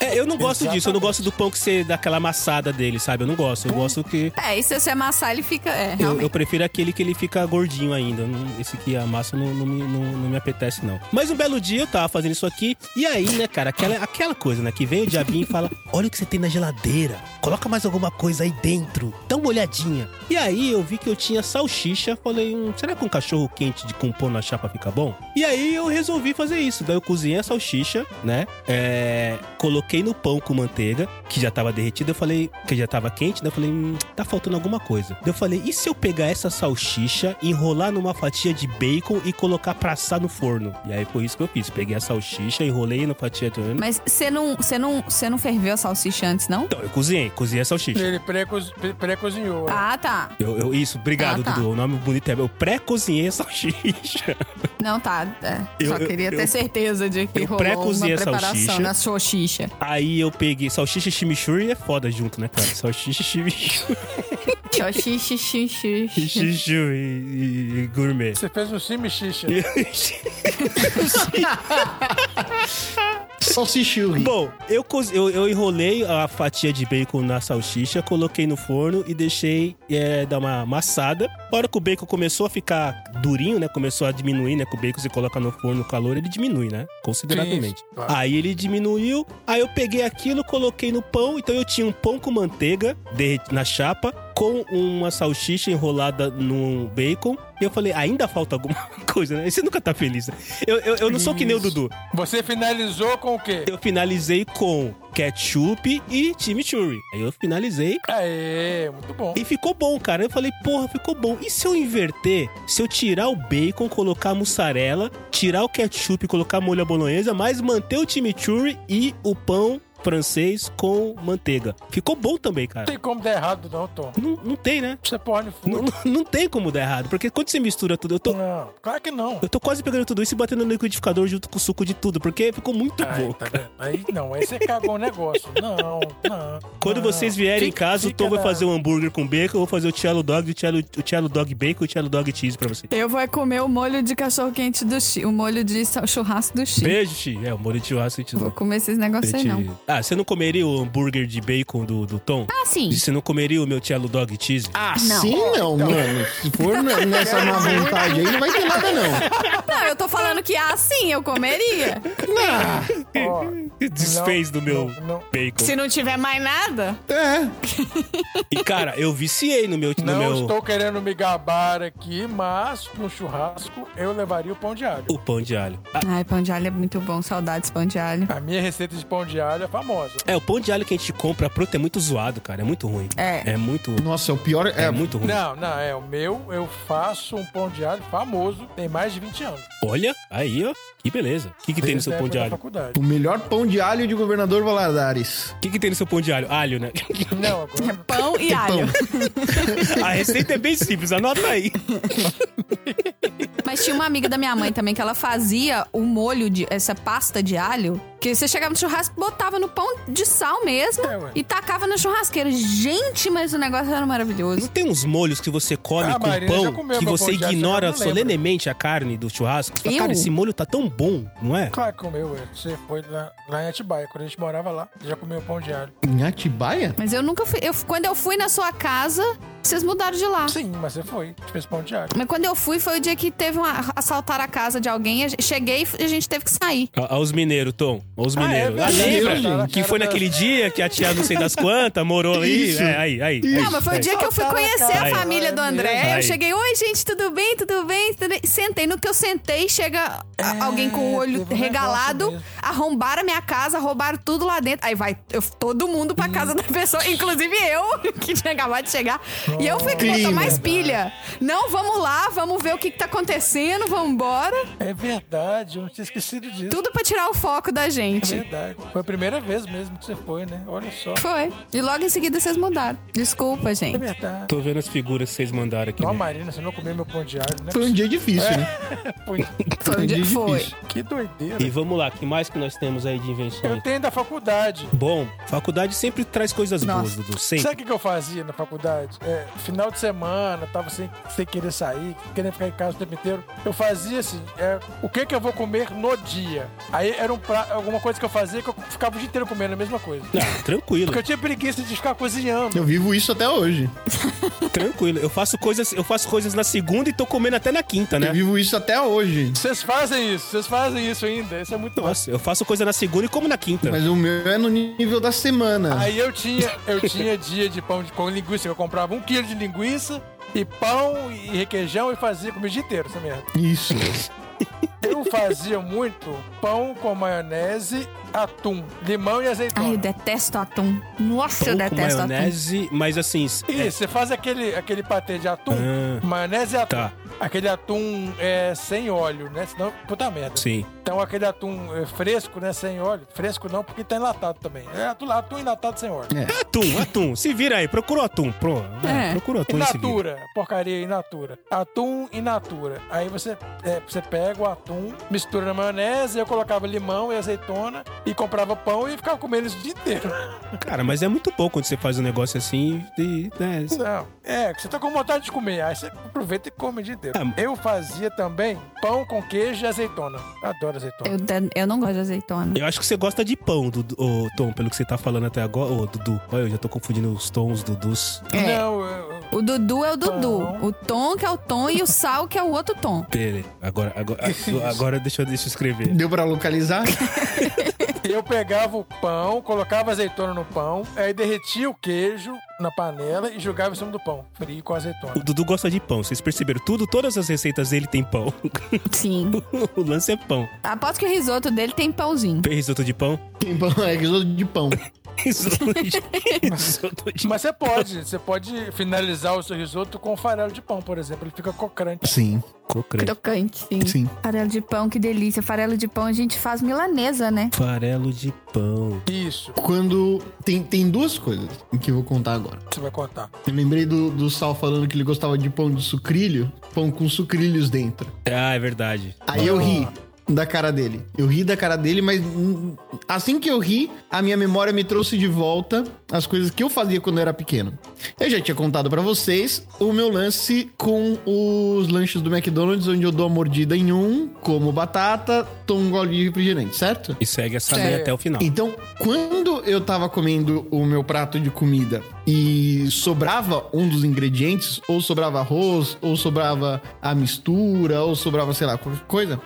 É, eu não gosto disso. Eu não gosto do pão que você dá aquela amassada dele, sabe? Eu não gosto. Eu gosto que... É, e se você amassar, ele fica. É, Eu, eu realmente. prefiro aquele que ele fica gordinho ainda. Eu não- Esse que a massa não, não me, não- não me apetece, não. Mas um belo dia eu tava fazendo isso aqui. E aí, né, cara, aquela, aquela coisa, né? Que vem o diabinho e fala: Olha o que você tem na geladeira. Coloca mais alguma coisa aí dentro. Dá uma olhadinha. E aí eu vi que eu tinha salsicha. Falei: hum, será que um cachorro quente de com pão na chapa fica bom? E aí eu resolvi fazer isso. Daí eu cozinhei a salsicha, né? É, coloquei no pão com manteiga, que já tava derretida. Eu falei: que já tava quente, né? Eu falei: hum, tá faltando alguma coisa. Daí eu falei: e se eu pegar essa salsicha, enrolar numa fatia de bacon e colocar pra assar no forno? E aí foi isso que eu fiz. Peguei a salsicha, enrolei na fatia de. Mas você não, você não, você não ferveu a salsicha antes, não? Então, eu cozinhei, cozinhei a salsicha. Ele precoz- pre- pré-cozinhou. né? Ah, tá. Eu, eu- isso, obrigado, Ah, tá. Dudu. O nome bonito é. Eu pré-cozinhei a salsicha. Não, tá. é. Só Eu- eu- queria eu- ter certeza de que eu rolou uma pré-cozinhei a preparação salsicha. na salsicha. Aí eu peguei salsicha e chimichurri é foda junto, né, cara? Salsicha e chimichurri Salsicha, xixi. chimichurri e, e gourmet. Você fez um chimichicha. Salsichurri. Bom, eu, coz- eu, eu enrolei a fatia de bacon na salsicha, coloquei no forno e deixei é, dar uma amassada. A hora que o bacon começou a ficar durinho, né? Começou a diminuir, né? Que o bacon você coloca no forno, o calor, ele diminui, né? Consideravelmente. Sim, claro. Aí ele diminuiu, aí eu peguei aquilo, coloquei no pão. Então eu tinha um pão com manteiga derret- na chapa, com uma salsicha enrolada num bacon. E eu falei, ainda falta alguma coisa, né? Você nunca tá feliz, né? Eu, eu, eu não sou que nem o Dudu. Você finalizou com o quê? Eu finalizei com ketchup e chimichurri. Aí eu finalizei Aê, muito bom. e ficou bom, cara. Eu falei, porra, ficou bom. E se eu inverter? Se eu tirar o bacon, colocar a mussarela, tirar o ketchup e colocar molho à bolonhesa, mas manter o chimichurri e o pão francês com manteiga. Ficou bom também, Não cara. tem como dar errado, não, Tom. é Não, não tem, né? Você pode Não, food. não- não tem como dar errado, porque quando você mistura tudo, eu tô, Não, claro que não. eu tô quase pegando tudo isso e batendo no liquidificador junto com o suco de tudo, porque ficou muito Aí, bom. tá vendo? Aí não, aí você cagou o negócio. Não, não. Quando não. vocês vierem em Fica- casa, o fica Tom vai na- fazer um hambúrguer com bacon, eu vou fazer o cello dog, o cello, o cello dog bacon e o cello dog cheese pra você. Eu vou comer o molho de cachorro-quente do Chi, o molho de sa- churrasco do Chi. Beijo, Ti. É, o molho de churrasco a gente Vou comer esses negócios aí, Ti- não. Ah, você não comeria o hambúrguer de bacon do, do Tom? Ah, Assim? sim. Você não comeria o meu cello dog cheese? Ah, sim, não, Então. mano. Se for ne- nessa má vontade aí, não vai ter nada, não. Não, eu tô falando que assim eu comeria. Ó, Desfez do meu não, não. bacon. Se não tiver mais nada, É. E, cara, eu viciei no meu... No não meu... estou querendo me gabar aqui, mas no churrasco eu levaria o pão de alho. O pão de alho. Ah, Ai, pão de alho é muito bom, saudades pão de alho. A minha receita de pão de alho é famosa. é, o pão de alho que a gente compra pronto é muito zoado, cara. É muito ruim. É. É muito... Nossa, é o pior. É É, muito ruim. Não, não, é o meu, eu faço um pão de alho famoso, tem mais de 20 anos. Olha, aí, ó. Que beleza. O que, que tem no Desde seu a pão de época da alho? faculdade. o melhor pão de alho de governador Valadares. O que, que tem no seu pão de alho? Alho, né? Não, agora Pão e alho. A receita é bem simples, anota aí. Mas tinha uma amiga da minha mãe também que ela fazia o molho de essa pasta de alho, que você chegava no churrasco, botava no pão de sal mesmo É, ué. e tacava na churrasqueira. Gente, mas o negócio era maravilhoso. Não tem uns molhos que você come Ah, com Marina, já pão comeu que meu você pão de alho, ignora eu não lembro. solenemente a carne do churrasco? Você fala, Eu? Cara, esse molho tá tão bom, não é? claro que comeu, ué. você foi lá, lá em Atibaia, quando a gente morava lá, já comeu pão de alho. Em Atibaia? Mas eu nunca fui. Eu, quando eu fui na sua casa, vocês mudaram de lá. Sim, mas você foi, a gente fez pão de alho. Mas quando eu fui, foi o dia que teve uma. assaltar a casa de alguém. eu Cheguei e a gente teve que sair. A- Aos mineiros, Tom. Aos mineiros. é Ah, verdade, lembra? gente. Que foi naquele dia que a tia não sei das quantas morou aí? Isso. É, aí, aí. Não, mas foi o dia que eu fui Assaltaram a conhecer a casa. família do Ai, André. ai. Eu cheguei, oi, gente, tudo bem, tudo bem? Tudo bem?" Sentei. No que eu sentei, chega a- alguém com o olho teve um regalado, negócio arrombaram a minha casa, roubaram tudo lá dentro. Aí vai eu- todo mundo pra casa da pessoa, inclusive eu, que tinha acabado de chegar. E eu fui que botou Clima. mais pilha. Não, vamos lá, vamos ver o que, que tá acontecendo, vamos embora. É verdade, eu não tinha esquecido disso. Tudo pra tirar o foco da É gente. verdade. Foi a primeira vez mesmo que você foi, né? Olha só. Foi. E logo em seguida vocês mudaram. Desculpa, É gente. verdade. Tô vendo as figuras que vocês mandaram aqui. Ó, né? Marina, você não comeu meu pão de alho, né? Foi um dia difícil, né? Pô, Foi um dia. Foi. Que doideira. E vamos lá, que mais que nós temos aí de Eu invenções? tenho da faculdade. Bom, faculdade sempre traz coisas boas, Nossa. Dudu. Sempre. Sabe o que que eu fazia na faculdade? É, final de semana, tava sem, sem querer sair, querendo ficar em casa o tempo inteiro. Eu fazia assim, é, o que que eu vou comer no dia? Aí era um pra, alguma coisa que eu fazia que eu ficava o dia inteiro comendo a mesma coisa. Ah, tranquilo, Porque eu tinha preguiça de ficar cozinhando. Eu vivo isso até hoje. tranquilo. Eu faço coisas, eu faço coisas na segunda e tô comendo até na quinta, né? Eu vivo isso até hoje. Vocês fazem isso, vocês fazem isso ainda. Isso é muito bom. Nossa, eu faço coisa na segunda e como na quinta. Mas o meu é no nível da semana. Aí eu tinha, eu tinha dia de pão de, com linguiça, que eu comprava um quilo de linguiça e pão e requeijão e fazia comida o dia inteiro, essa merda. Isso. Eu fazia muito pão com maionese, atum, limão e azeitona. Ai, eu detesto atum. Nossa, eu Pão com detesto atum. maionese, mas assim, é, Isso, você faz aquele, aquele patê de atum, Ah. maionese e atum. Tá. Aquele atum é, sem óleo, né? Senão, puta merda. sim. Então aquele atum é, fresco, né? Sem óleo. Fresco não, porque tá enlatado também. É atum, atum enlatado sem óleo. É. Atum, atum. Se vira aí, procura o atum. Pronto. É. É, procura o atum In e se vira. natura, porcaria in natura. Atum in natura. Aí você, é, você pega o atum, mistura na maionese, eu colocava limão e azeitona e comprava pão e ficava comendo isso o dia inteiro. Cara, mas é muito bom quando você faz um negócio assim e. né, Não, é, que você tá com vontade de comer, aí você aproveita e come o dia inteiro. Ah, Eu fazia também pão com queijo e azeitona. Adoro azeitona. Eu, de- eu não gosto de azeitona. Eu acho que você gosta de pão, Dudu, ô, Tom, pelo que você tá falando até agora. Ô, Dudu, olha, eu já tô confundindo os tons, Dudus. É. Não, eu, eu- O Dudu é o Dudu. O Tom que é o Tom e o Sal que é o outro Tom. Pera, agora, agora, agora deixa, eu- deixa eu escrever. Deu pra localizar? Eu pegava o pão, colocava azeitona no pão, aí derretia o queijo na panela e jogava em cima do pão, frio com azeitona. O Dudu gosta de pão, vocês perceberam tudo? Todas as receitas dele tem pão. Sim. o lance é pão. Aposto que o risoto dele tem pãozinho. Tem risoto de pão? Tem pão, é risoto de pão. Risoto de, risoto de Mas você pode, você pode finalizar o seu risoto com farelo de pão, por exemplo, ele fica cocrante. Sim, Cocrante. Crocante, sim. sim. Farelo de pão, que delícia. Farelo de pão a gente faz milanesa, né? Farelo de pão. Isso, Quando. Tem, tem duas coisas que eu vou contar agora. você vai contar. Eu lembrei do, do Sal falando que ele gostava de pão de sucrilho, pão com sucrilhos dentro. Ah, é verdade. Aí eu ri da cara dele. Eu ri da cara dele, mas hum, assim que eu ri, a minha memória me trouxe de volta as coisas que eu fazia quando eu era pequeno. Eu já tinha contado pra vocês o meu lance com os lanches do McDonald's, onde eu dou a mordida em um, como batata, tomo um gole de refrigerante, certo? E segue essa lei Sério? até o final. Então, quando eu tava comendo o meu prato de comida e sobrava um dos ingredientes, ou sobrava arroz, ou sobrava a mistura, ou sobrava, sei lá, qualquer coisa.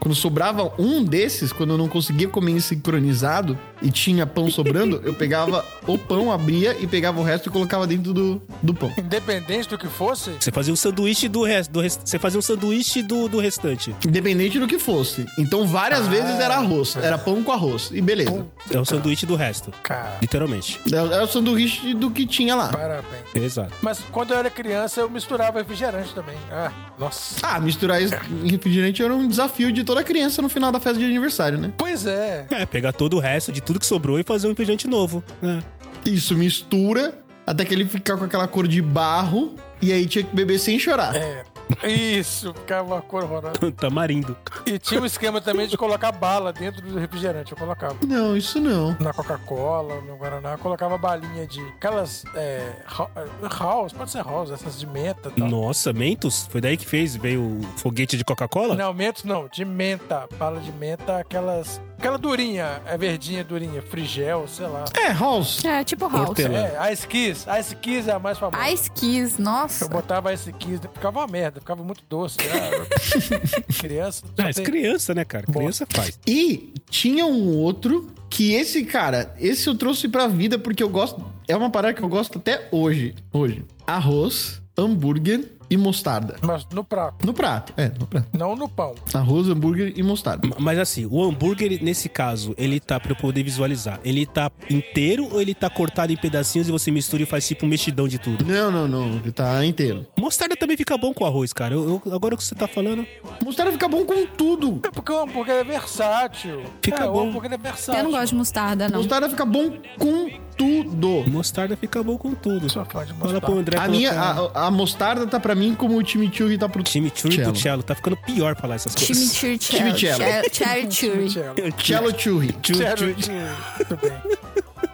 Quando sobrava um desses, quando eu não conseguia comer em sincronizado e tinha pão sobrando, eu pegava o pão, abria e pegava o resto e colocava dentro do, do pão. Independente do que fosse, Você fazia um sanduíche do resto. Do rest... Você fazia um sanduíche do, do restante. Independente do que fosse. Então, várias vezes era arroz, era pão com arroz. E beleza. É um sanduíche do resto. cara, Literalmente. Era o sanduíche do que tinha lá. parabéns. Exato. Mas quando eu era criança, eu misturava refrigerante também. Ah, nossa. Ah, misturar isso em refrigerante era um desafio de toda criança no final da festa de aniversário, né? Pois é. É, pegar todo o resto de tudo que sobrou e fazer um refrigerante novo. né? Isso mistura até que ele ficar com aquela cor de barro e aí tinha que beber sem chorar. É. Isso, ficava uma cor horrorosa. tá Tamarindo. E tinha um esquema também de colocar bala dentro do refrigerante. Eu colocava Não, isso não. na Coca-Cola, no Guaraná, eu colocava balinha de aquelas. É, ro- house, pode ser house, essas de menta e tal. Nossa, Mentos? Foi daí que fez? Veio o foguete de Coca-Cola? Não, mentos não, de menta. Bala de menta, aquelas. Aquela durinha, é verdinha, durinha, frigel, sei lá. É, Halls. É, tipo house. Hortelã. É, Ice Kiss. Ice Kiss é a mais famosa. Ice Kiss, nossa. Eu botava Ice Kiss, ficava uma merda, ficava muito doce. né? Criança. só Ah, mas tem- criança, né, cara? Criança faz. E tinha um outro que esse, cara, esse eu trouxe pra vida porque eu gosto. É uma parada que eu gosto até hoje. Hoje. Arroz, hambúrguer e mostarda. Mas no prato, No prato. É, no prato. não no pão. Arroz, hambúrguer e mostarda. Ma- Mas assim, o hambúrguer, nesse caso, ele tá, pra eu poder visualizar, ele tá inteiro ou ele tá cortado em pedacinhos e você mistura e faz tipo um mexidão de tudo? Não, não, não. Ele tá inteiro. Mostarda também fica bom com arroz, cara. Eu, eu- agora que você tá falando, Mostarda fica bom com tudo. É porque o hambúrguer é versátil. Fica é, bom. o hambúrguer é versátil. Eu não gosto de mostarda, não. Mostarda fica bom com tudo. mostarda fica bom com tudo. Sou fã de Fala pro mostarda. André A colocar- minha, a, a mostarda tá pra mim como o chimichurri tá pro Chimichurri Cello. pro cello. Tá ficando pior falar essas coisas. Chimichurri. Chimichurri. Chimichurri. Chimichurri. cello churri. Sério, Muito bem.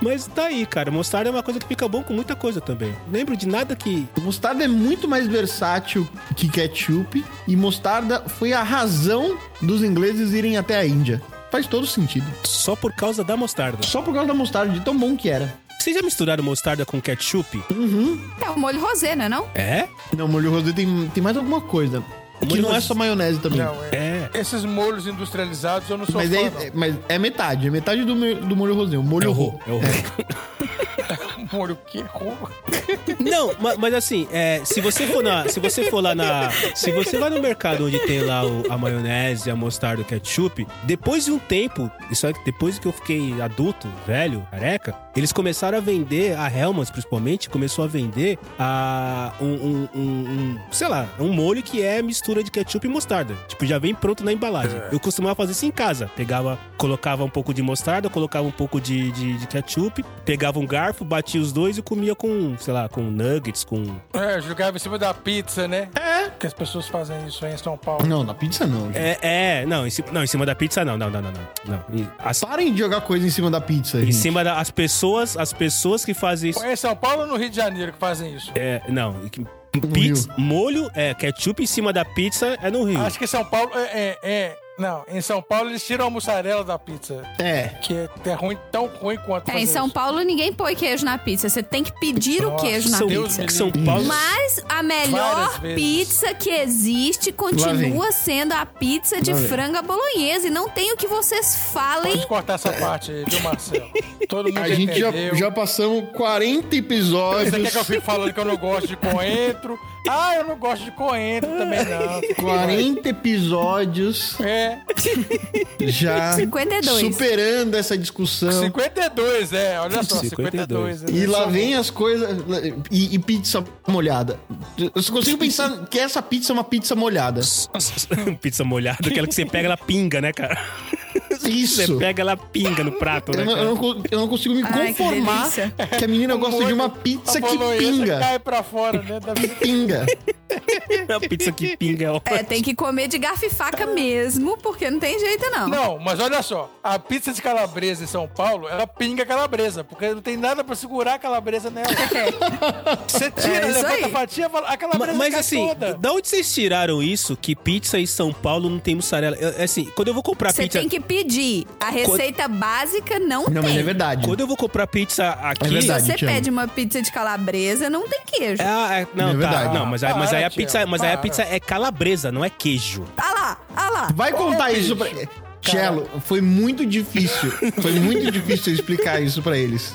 Mas tá aí, cara. Mostarda é uma coisa que fica bom com muita coisa também. Lembro de nada que... Mostarda é muito mais versátil que ketchup e mostarda foi a razão dos ingleses irem até a Índia. Faz todo sentido. Só por causa da mostarda. Só por causa da mostarda, de tão bom que era. Vocês já misturaram mostarda com ketchup? É o molho rosé, não é não? É? Não, molho rosé tem, tem mais alguma coisa. Que Molho não é rosé- só maionese também. Não, é. É. Esses molhos industrializados eu não sou Mas fã, é, não. é- mas é metade, é metade do, me- do molho rosé, o É molho o ro. ro. É o ro. é Molho que errou. Não, ma- mas, assim, é, se você for na, se você for lá na, se você vai no mercado onde tem lá o- a maionese, a mostarda, o ketchup, depois de um tempo, isso é que depois que eu fiquei adulto, velho, careca, eles começaram a vender a Hellmann's principalmente começou a vender a um, um- um- um- sei lá, um molho que é mistura de ketchup e mostarda, tipo já vem pronto na embalagem. Eu costumava fazer isso em casa, pegava, colocava um pouco de mostarda, colocava um pouco de, de, de ketchup, pegava um garfo, batia os dois e comia com, sei lá, com nuggets, com É, jogava em cima da pizza, né? É. Que as pessoas fazem isso aí em São Paulo. Não, na pizza não. gente. É, é, não, em cima, não, em cima da pizza não, não, não, não, não. não. E As, Parem de jogar coisa em cima da pizza. em gente. cima das pessoas, as pessoas que fazem isso. É em São Paulo ou no Rio de Janeiro que fazem isso? É, não, e que- pizza, molho, é, ketchup em cima da pizza é no Rio. Acho que São Paulo é, é, é Não, em São Paulo eles tiram a mussarela da pizza. É. Que é- é ruim, tão ruim quanto É, em fazer São isso. Paulo ninguém põe queijo na pizza. Você tem que pedir o Nossa, queijo na São, Deus pizza. me São Paulo. Mas a melhor Várias vezes. pizza que existe continua vem. sendo a pizza de Lá vem. franga bolonhesa. E não tem o que vocês falem. Pode cortar essa parte aí, viu, Marcelo? Todo mundo A gente já, entendeu. já passamos 40 Você quer que eu episódios. fique falando que eu não gosto de coentro? Ah, eu não gosto de coentro também, não. 40 episódios É, já 52. superando essa discussão. 52, é, olha só, 52. 52. E lá vem as coisas. né, E, e pizza molhada. Eu só consigo pensar que essa pizza é uma pizza molhada. Pizza molhada, aquela que você pega, ela pinga, né, cara? é Você né, Isso. pega, ela pinga no prato, né, Eu não, eu cara? não co- eu não consigo me Ai, que conformar delícia. que, a menina gosta de Tá uma pizza que pinga. cai pra fora, né? Da... Que pinga. A pizza que pinga é ótima. É, tem que comer de garfo e faca mesmo, porque não tem jeito, não. Não, mas olha só, a pizza de calabresa em São Paulo, ela pinga a calabresa, porque não tem nada pra segurar a calabresa nela. Você tira, É isso levanta aí. a fatia, fala, a Ma- calabresa Mas cai assim, toda. da onde vocês tiraram isso que pizza em São Paulo não tem mussarela? Eu- assim, quando eu vou comprar Você pizza. tem que pedir. A receita básica não, Não, mas tem. é verdade. Quando eu vou comprar pizza aqui. É verdade. Se você Thiago. pede uma pizza de calabresa, não tem queijo. Ah, é- não, É tá. verdade. Não, mas, aí- mas aí a Para, pizza, Thiago, mas aí a para. pizza é calabresa, não é queijo. Ah lá, ah lá. Vai contar isso pra. Chelo, foi muito difícil. Foi muito difícil explicar isso pra eles.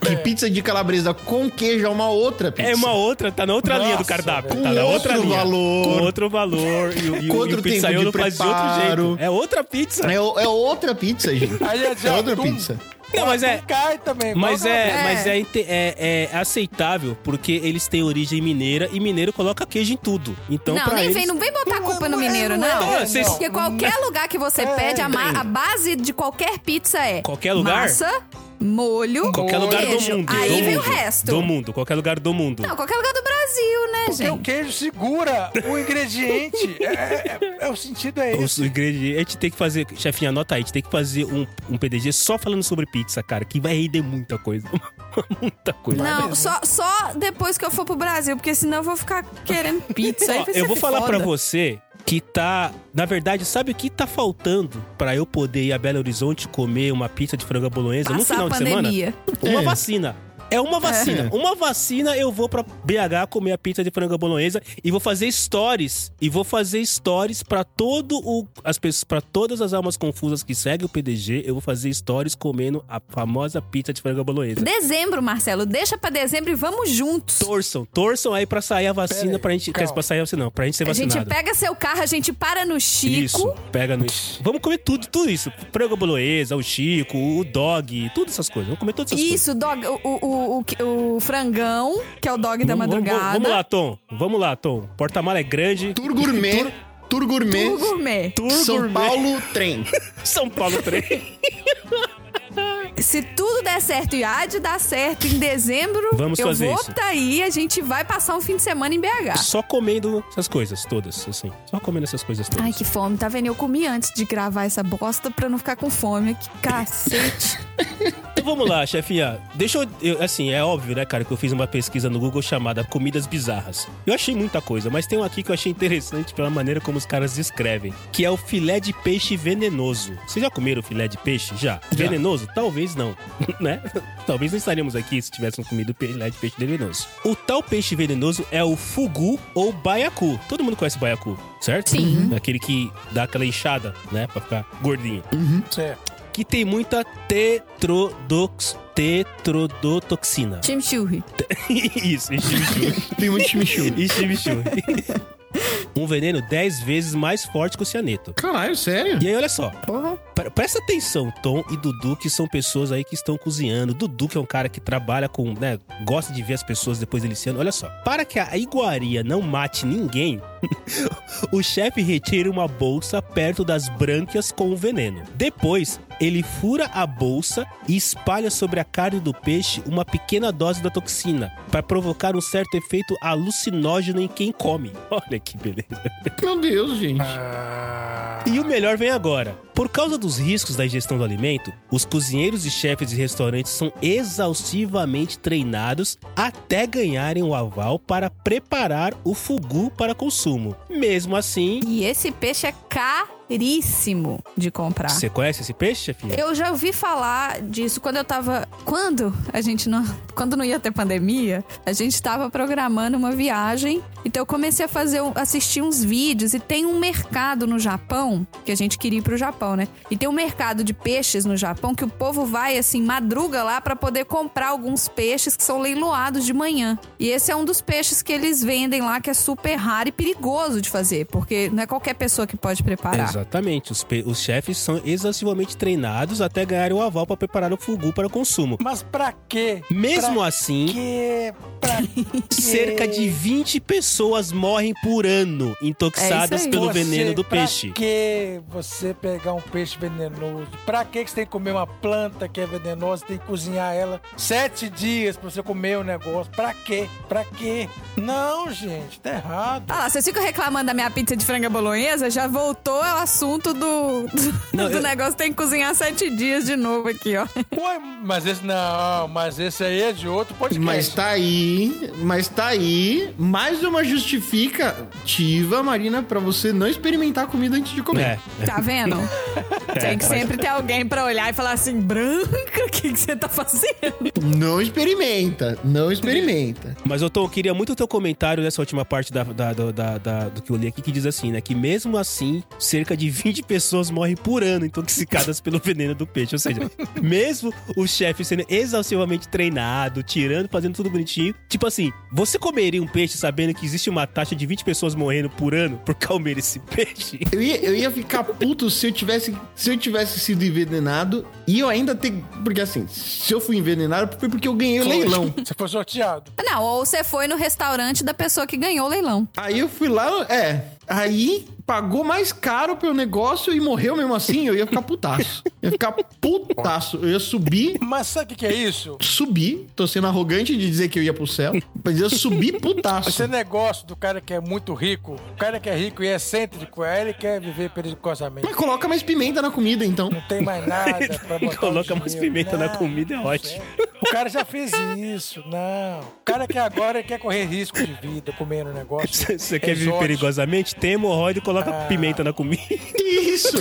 Que pizza de calabresa com queijo é uma outra pizza. É uma outra, tá na outra linha do Nossa, cardápio. velho. Tá na Com outra outro linha. valor. Com outro valor. E, o- e, Com o- e outro o tempo de pizzaiolo faz de outro preparo. jeito. É outra pizza. É, o- é outra pizza, gente. Aí é de É outra atum. pizza. Não, mas é. Cai também. Mas igual a é, calabresa. mas é, inte- é- é aceitável porque eles têm origem mineira e mineiro coloca queijo em tudo. Então, não, pra nem eles... vem, não vem botar a culpa no mineiro, não é, não. não é, vocês- Porque qualquer lugar que você É, pede, a, ma- tem. a base de qualquer pizza é... Qualquer lugar? Massa, molho, Qualquer lugar queijo. do mundo. Aí do vem o mundo, resto. Do mundo, qualquer lugar do mundo. Não, qualquer lugar do Brasil, né, Porque o gente? queijo segura o ingrediente. É, é- é- é- o sentido é Os esse. ingredientes. A gente tem que fazer. Chefinha, anota aí. A gente tem que fazer um, um PDG só falando sobre pizza, cara. Que vai render muita coisa. muita coisa. Não, só, só depois que eu for pro Brasil, porque senão eu vou ficar querendo pizza. aí Ó, vai ser eu vou falar pra foda. você que tá. Na verdade, sabe o que tá faltando pra eu poder ir a Belo Horizonte comer uma pizza de frango bolonhesa no Passar final a de semana? pandemia. Uma É. vacina. É uma vacina. É. Uma vacina, eu vou pra BH comer a pizza de frango bolonhesa e vou fazer stories. E vou fazer stories pra todo o as pessoas, para todas as almas confusas que seguem o PDG, eu vou fazer stories comendo a famosa pizza de frango bolonhesa. Dezembro, Marcelo. Deixa pra dezembro e vamos juntos. Torçam, torçam aí pra sair a vacina aí, pra gente, quer calma. dizer, pra sair a vacina não, pra gente ser A gente é vacinado. pega seu carro, a gente para no Chico. Isso, pega no. Vamos comer tudo, tudo isso. Frango bolonhesa, o Chico, o dog, todas essas coisas. Vamos comer todas essas coisas. Isso, dog, o, o, o, o frangão, que é o dog da Vamos- vamos- madrugada. Vamos lá, Tom. Vamos lá, Tom. Porta-mala é grande. Tour gourmet. Tour gourmet. O gourmet. Tour São gourmet. Paulo, trem. São Paulo 3. Se tudo der certo e há de dar certo em dezembro, Vamos eu fazer vou isso. pra aí a gente vai passar um fim de semana em BH. Só comendo essas coisas todas, assim. Só comendo essas coisas todas. Ai, que fome. Tá vendo? Eu comi antes de gravar essa bosta pra não ficar com fome. Que cacete. Então vamos lá, chefinha. Deixa eu, eu- Assim, é óbvio, né, cara, que eu fiz uma pesquisa no Google chamada Comidas Bizarras. Eu achei muita coisa, mas tem um aqui que eu achei interessante pela maneira como os caras descrevem, que é o filé de peixe venenoso. Vocês já comeram filé de peixe? Já? Venenoso? Talvez não, né? Talvez não estaríamos aqui se tivéssemos comido filé de peixe venenoso. O tal peixe venenoso é o fugu ou baiacu. Todo mundo conhece baiacu, certo? Sim. Aquele que dá aquela inchada, né, pra ficar gordinho Certo. que tem muita tetrodox, tetrodotoxina. Chimichurri. Isso, e chimichurri. Tem um muito chimichurri. E chimichurri. Um veneno 10 vezes mais forte que o cianeto. Caralho, sério? E aí, olha só. Pre- Presta atenção, Tom e Dudu, que são pessoas aí que estão cozinhando. Dudu, que é um cara que trabalha com, né, gosta de ver as pessoas depois deliciando. Olha só, para que a iguaria não mate ninguém, o chefe retira uma bolsa perto das brânquias com o veneno. Depois, ele fura a bolsa e espalha sobre a carne do peixe uma pequena dose da toxina, para provocar um certo efeito alucinógeno em quem come. Olha que beleza. Meu Deus, gente. E o melhor vem agora. Por causa dos riscos da ingestão do alimento, os cozinheiros e chefes de restaurantes são exaustivamente treinados até ganharem o aval para preparar o fugu para consumo. Mesmo assim, E esse peixe é caro. caríssimo de comprar. Você conhece esse peixe, filho? Tá. Eu já ouvi falar disso quando eu tava. Quando a gente não. Quando não ia ter pandemia, a gente tava programando uma viagem. Então eu comecei a fazer um- assistir uns vídeos. E tem um mercado no Japão, que a gente queria ir pro Japão, né? E tem um mercado de peixes no Japão que o povo vai, assim, madruga lá pra poder comprar alguns peixes que são leiloados de manhã. E esse é um dos peixes que eles vendem lá, que é super raro e perigoso de fazer, porque não é qualquer pessoa que pode preparar. Exatamente. Os, pe- os chefes são exaustivamente treinados até ganharem o aval pra preparar o fugu para o consumo. Mas pra quê? Mesmo pra assim, quê? Pra quê? cerca de 20 pessoas morrem por ano É intoxicadas isso aí. pelo Você- veneno do pra peixe. que você pegar um peixe venenoso? Pra que que você tem que comer uma planta que é venenosa? Tem que cozinhar ela sete dias pra você comer o negócio. Pra quê? Pra quê? Não, gente, tá errado. Ah lá, vocês ficam reclamando da minha pizza de franga bolonhesa, já voltou ao assunto do, do, Não, do eu- negócio tem que cozinhar sete dias de novo aqui, ó. Ué, mas esse não, mas esse aí é de outro podcast. Mas tá aí, mas tá aí, mais uma justificativa, Marina, pra você não experimentar a comida antes de comer. É. Tá vendo? É, Tem que mas- sempre ter alguém pra olhar e falar assim, branca, o que que você tá fazendo? Não experimenta, não experimenta. Mas eu, eu queria muito o teu comentário nessa última parte da, da- da- da- da- do que eu li aqui, que diz assim, né? Que mesmo assim, cerca de 20 pessoas morrem por ano intoxicadas pelo veneno do peixe. Ou seja, mesmo o chefe sendo exaustivamente treinado, tirando, fazendo tudo bonitinho. Tipo assim, você comeria um peixe sabendo que existe uma taxa de 20 pessoas morrendo por ano por comer esse peixe? Eu ia, eu ia ficar puto se eu tivesse se eu tivesse sido envenenado e eu ainda ter porque assim, se eu fui envenenado foi porque eu ganhei o leilão. Você foi sorteado. Não, ou você foi no restaurante da pessoa que ganhou o leilão. Aí eu fui lá, é, aí pagou mais caro pelo negócio e morreu mesmo assim, eu ia ficar putaço. Eu ia ficar putaço. Eu ia subir Mas sabe o que, que é isso? subi, tô sendo arrogante de dizer que eu ia pro céu, mas eu subi putaço. Esse negócio do cara que é muito rico, o cara que é rico e excêntrico, aí ele quer viver perigosamente. Mas coloca mais pimenta na comida, então. Não tem mais nada pra botar. Coloca o mais dinheiro. pimenta na Não, comida, é não ótimo. sei. O cara já fez isso, não. O cara que agora quer correr risco de vida comendo um negócio. Você você quer viver exótico. perigosamente? Tem hemorroida e coloca Ah. pimenta na comida, Que isso?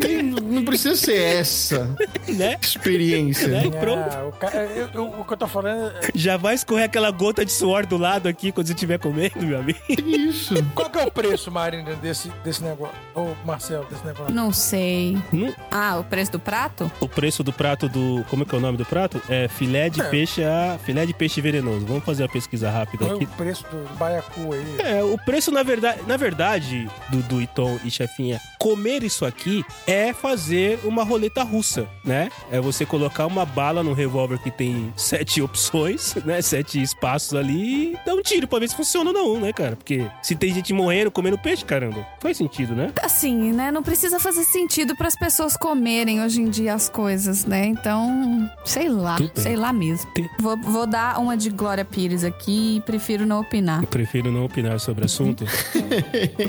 Tem- não precisa ser essa né? experiência. Né? Ah, Pronto. o, cara, eu- eu- o que eu tô falando é. Já vai escorrer aquela gota de suor do lado aqui quando você estiver comendo, meu amigo. Que isso? Qual que é o preço, Marina, desse, desse negócio? Ô, Marcelo, desse negócio? Não sei. Não- Ah, o preço do prato? O preço do prato do. Como é que é o nome do prato? É filé de É. peixe a. Filé de peixe venenoso. Vamos fazer uma pesquisa rápida Qual é aqui. o preço do baiacu aí? É, o preço, na verdade, na verdade, Dudu e Tom e chefinha, comer isso aqui é fazer uma roleta russa, né? É você colocar uma bala num revólver que tem sete opções, né? Sete espaços ali e dar um tiro pra ver se funciona ou não, né, cara? Porque se tem gente morrendo, comendo peixe, caramba, faz sentido, né? Assim, né? Não precisa fazer sentido pras pessoas comerem hoje em dia as coisas, né? Então, sei lá, Tudo bem. sei lá mesmo. Tem- Vou, vou dar uma de Glória Pires aqui e prefiro não opinar. Eu prefiro não opinar sobre o assunto.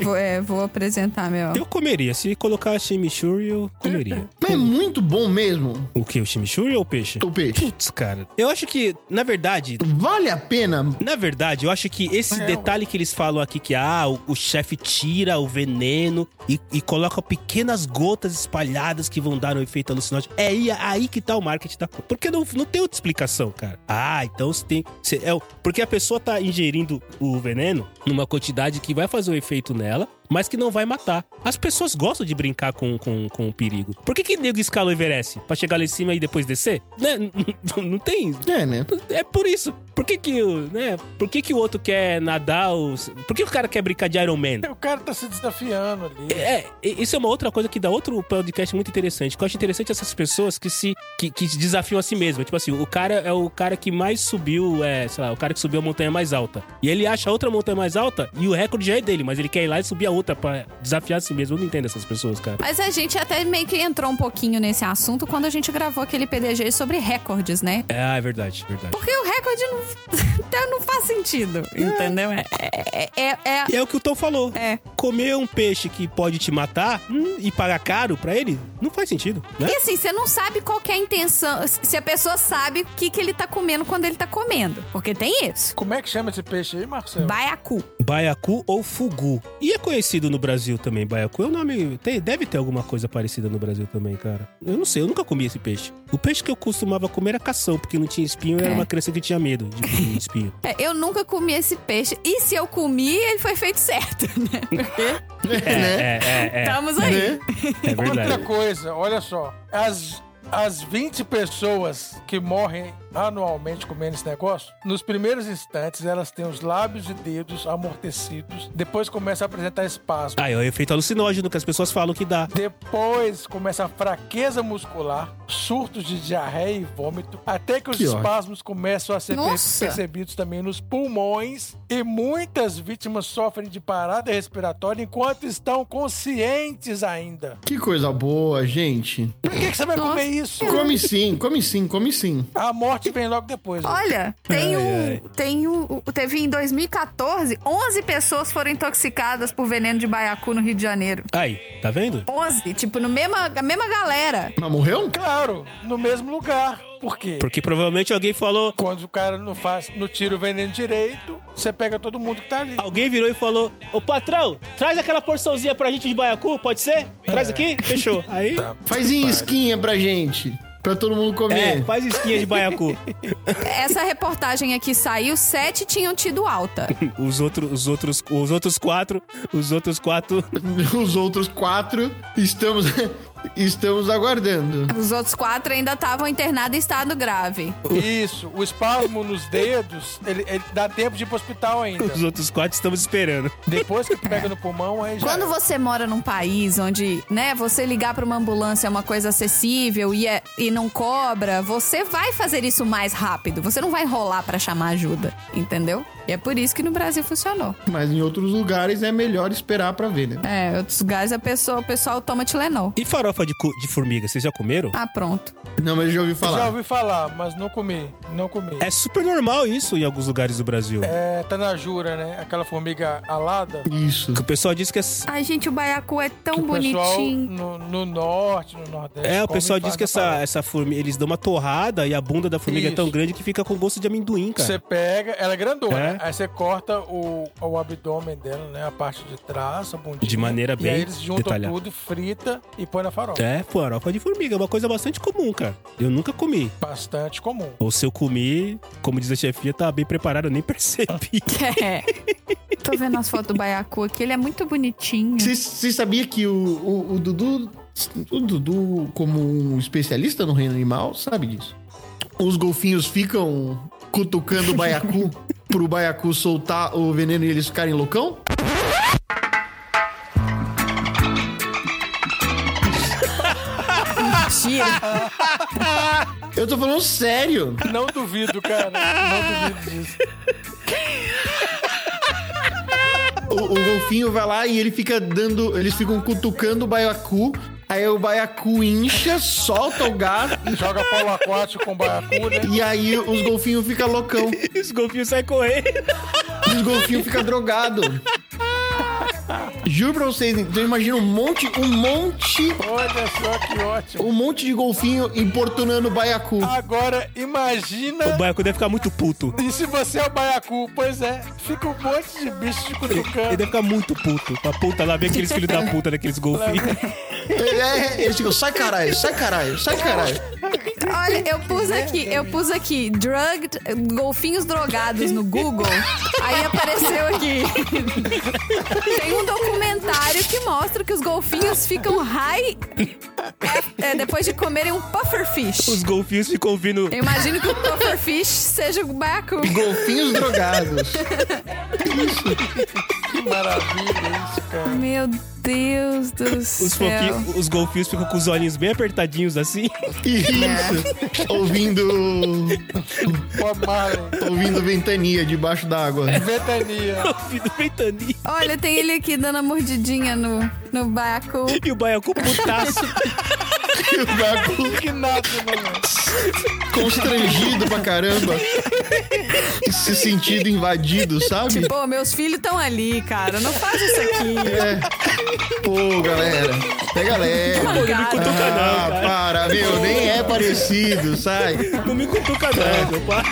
Vou, é, vou apresentar meu. Eu comeria. Se colocar chimichurri, eu comeria. Mas é muito bom mesmo O que? O chimichurri ou o peixe? o peixe. Putz, cara. Eu acho que, na verdade... Vale a pena? Na verdade, eu acho que esse detalhe que eles falam aqui, que ah, o, o chefe tira o veneno e, e coloca pequenas gotas espalhadas que vão dar um efeito alucinógeno, é aí, aí que tá o marketing da coisa. Porque não, não tem outra explicação, cara. Ah, então você tem... você- é, o- porque a pessoa tá ingerindo o veneno numa quantidade que vai fazer um efeito nela, mas que não vai matar. As pessoas gostam de brincar com, com, com o perigo. Por que que nego escala o Everest? Pra chegar lá em cima e depois descer? Né? Não tem... É, né? É por isso. Por que que, o- né? Por que que o outro quer nadar? Os... Por que o cara quer brincar de Iron Man? O cara tá se desafiando ali. É, e- isso é uma outra coisa que dá outro podcast muito interessante. Que eu acho interessante essas pessoas que se que, que se desafiam a si mesmas. Tipo assim, o cara é o cara que mais subiu, é, sei lá, o cara que subiu a montanha mais alta. E ele acha outra montanha mais alta e o recorde já é dele, mas ele quer ir lá e subir a outra pra desafiar a si mesmo. Eu não entendo essas pessoas, cara. Mas a gente até meio que entrou um pouquinho nesse assunto quando a gente gravou aquele PDG sobre recordes, né? É, ah, é verdade, verdade. Porque o recorde não, então não faz sentido, entendeu? É, é, é- é- E é o que o Tom falou. É. comer um peixe que pode te matar hum, e pagar caro pra ele, não faz sentido, né? E assim, você não sabe qual que é a intenção, se a pessoa sabe o que, que ele tá comendo quando ele tá comendo. Porque tem isso. Como é que chama esse peixe aí, Marcelo? Baiacu. Baiacu ou Fugu. E é conhecido no Brasil também, Baiacu. É um nome. tem- deve ter alguma coisa parecida no Brasil também, cara. Eu não sei, eu nunca comi esse peixe. O peixe que eu costumava comer era cação, porque não tinha espinho e eu era É. uma criança que tinha medo de espinho. É, eu nunca comi esse peixe. E se eu comi, ele foi feito certo, né? Porque É, né? é, é, é, estamos aí. é Outra verdade. coisa, olha só. As, as 20 pessoas que morrem anualmente comendo esse negócio, nos primeiros instantes elas têm os lábios e dedos amortecidos, depois começa a apresentar espasmo. Ah, é o efeito alucinógeno que as pessoas falam que dá. Depois começa a fraqueza muscular, surtos de diarreia e vômito, até que os Que ótimo. espasmos começam a ser per- Nossa. percebidos também nos pulmões e muitas vítimas sofrem de parada respiratória enquanto estão conscientes ainda. Que coisa boa, gente. Por que, que você vai Nossa. comer isso? Come sim, come sim, come sim. A morte vem logo depois. né? Olha, tem Ai, um, ai. tem um, teve em 2014, 11 pessoas foram intoxicadas por veneno de baiacu no Rio de Janeiro. Aí, tá vendo? 11, tipo, no mesma, a mesma galera. Mas morreu? Claro, no mesmo lugar. Por quê? Porque provavelmente alguém falou. Quando o cara não faz, não tira o veneno direito, você pega todo mundo que tá ali. Alguém virou e falou: Ô patrão, traz aquela porçãozinha pra gente de baiacu, pode ser? Traz aqui? Fechou. Aí. Faz em esquinha pra gente. Pra todo mundo É, comer. faz esquinha de baiacu. Essa reportagem aqui saiu, sete tinham tido alta. Os outros, os outros, os outros quatro, os outros quatro. Os outros quatro estamos, estamos aguardando. Os outros quatro ainda estavam internados em estado grave. Isso, o espasmo nos dedos, ele, ele dá tempo de ir pro hospital ainda. Os outros quatro estamos esperando. Depois que pega no pulmão, aí já. Quando era. você mora num país onde, né, você ligar pra uma ambulância é uma coisa acessível e, é- e não cobra, você vai fazer isso mais rápido. Você não vai enrolar pra chamar ajuda, entendeu? E é por isso que no Brasil funcionou. Mas em outros lugares é melhor esperar pra ver, né? É, outros lugares a pessoa, o pessoal toma Tilenol. E farofa de, cu- de formiga, vocês já comeram? Ah, pronto. Não, mas eu já ouvi Já falar. ouvi falar, mas não comi, não comi. É super normal isso em alguns lugares do Brasil. É, tá na jura, né? Aquela formiga alada. Isso. Que O pessoal diz que é, s- Ai, gente, o baiacu é tão que o pessoal bonitinho. no, no norte, no nordeste. é o come pessoal e faz diz que a essa, parada. essa formiga, eles dão uma torrada e a bunda da formiga é tão Isso. grande que fica com gosto de amendoim, cara. Você pega, ela é grandona, É. né? aí você corta o, o abdômen dela, né? A parte de trás, a bundinha. De maneira E bem aí eles juntam detalhada. tudo, frita e põe na farofa. É, farofa de formiga, é uma coisa bastante comum, cara. Eu nunca comi. Bastante comum. Ou se eu comi, como diz a chefia, tava bem preparado, eu nem percebi. É. Tô vendo as fotos do baiacu aqui, ele é muito bonitinho. Você sabia que o, o- o Dudu. O Dudu, como um especialista no reino animal, sabe disso. Os golfinhos ficam cutucando o baiacu pro baiacu soltar o veneno e eles ficarem loucão? Mentira. Eu tô falando sério. Não duvido, cara. Não duvido disso. O, o golfinho vai lá e ele fica dando. Eles ficam cutucando o baiacu. Aí o baiacu incha, solta o gás. Joga polo aquático com baiacu, né? E aí os golfinhos ficam loucão. Os golfinhos saem correndo. E os golfinhos ficam drogados. Juro pra vocês, então imagina um monte, um monte, Olha só que ótimo. um monte de golfinho importunando o baiacu. Agora, imagina. O baiacu deve ficar muito puto. E se você é o baiacu? Pois é, fica um monte de bicho te Ele cutucando. deve ficar muito puto. A puta lá, vem aqueles filhos da puta daqueles golfinhos. É, é, eles ficam, sai caralho, sai caralho, sai caralho. Olha, eu pus Né? aqui, eu pus aqui, drugged, golfinhos drogados no Google, aí apareceu aqui. Tem um documentário que mostra que os golfinhos ficam high é, é, depois de comerem um Os pufferfish. golfinhos ficam ouvindo. Eu imagino que o pufferfish seja o baiacu. Golfinhos drogados. Que maravilha isso, cara. Meu Deus do Os, céu. foquinhos- os golfinhos ficam com os olhinhos bem apertadinhos assim. Isso. Ouvindo. Bob Marley, Ouvindo ventania debaixo d'água. Ventania. Ouvindo ventania. Olha, tem ele aqui dando a mordidinha no, no baiacu. E o baiacu putaço. E o baiacu Que nada, mano. constrangido pra caramba. se sentindo invadido, sabe? Tipo, "Ô, meus filhos Então estão ali, cara. Não faz isso aqui. É. Pô, galera. Pega leve. Ele me cutuca Ah, não, cara. para, meu, nem é parecido, sai. Não me cutuca não, meu pai.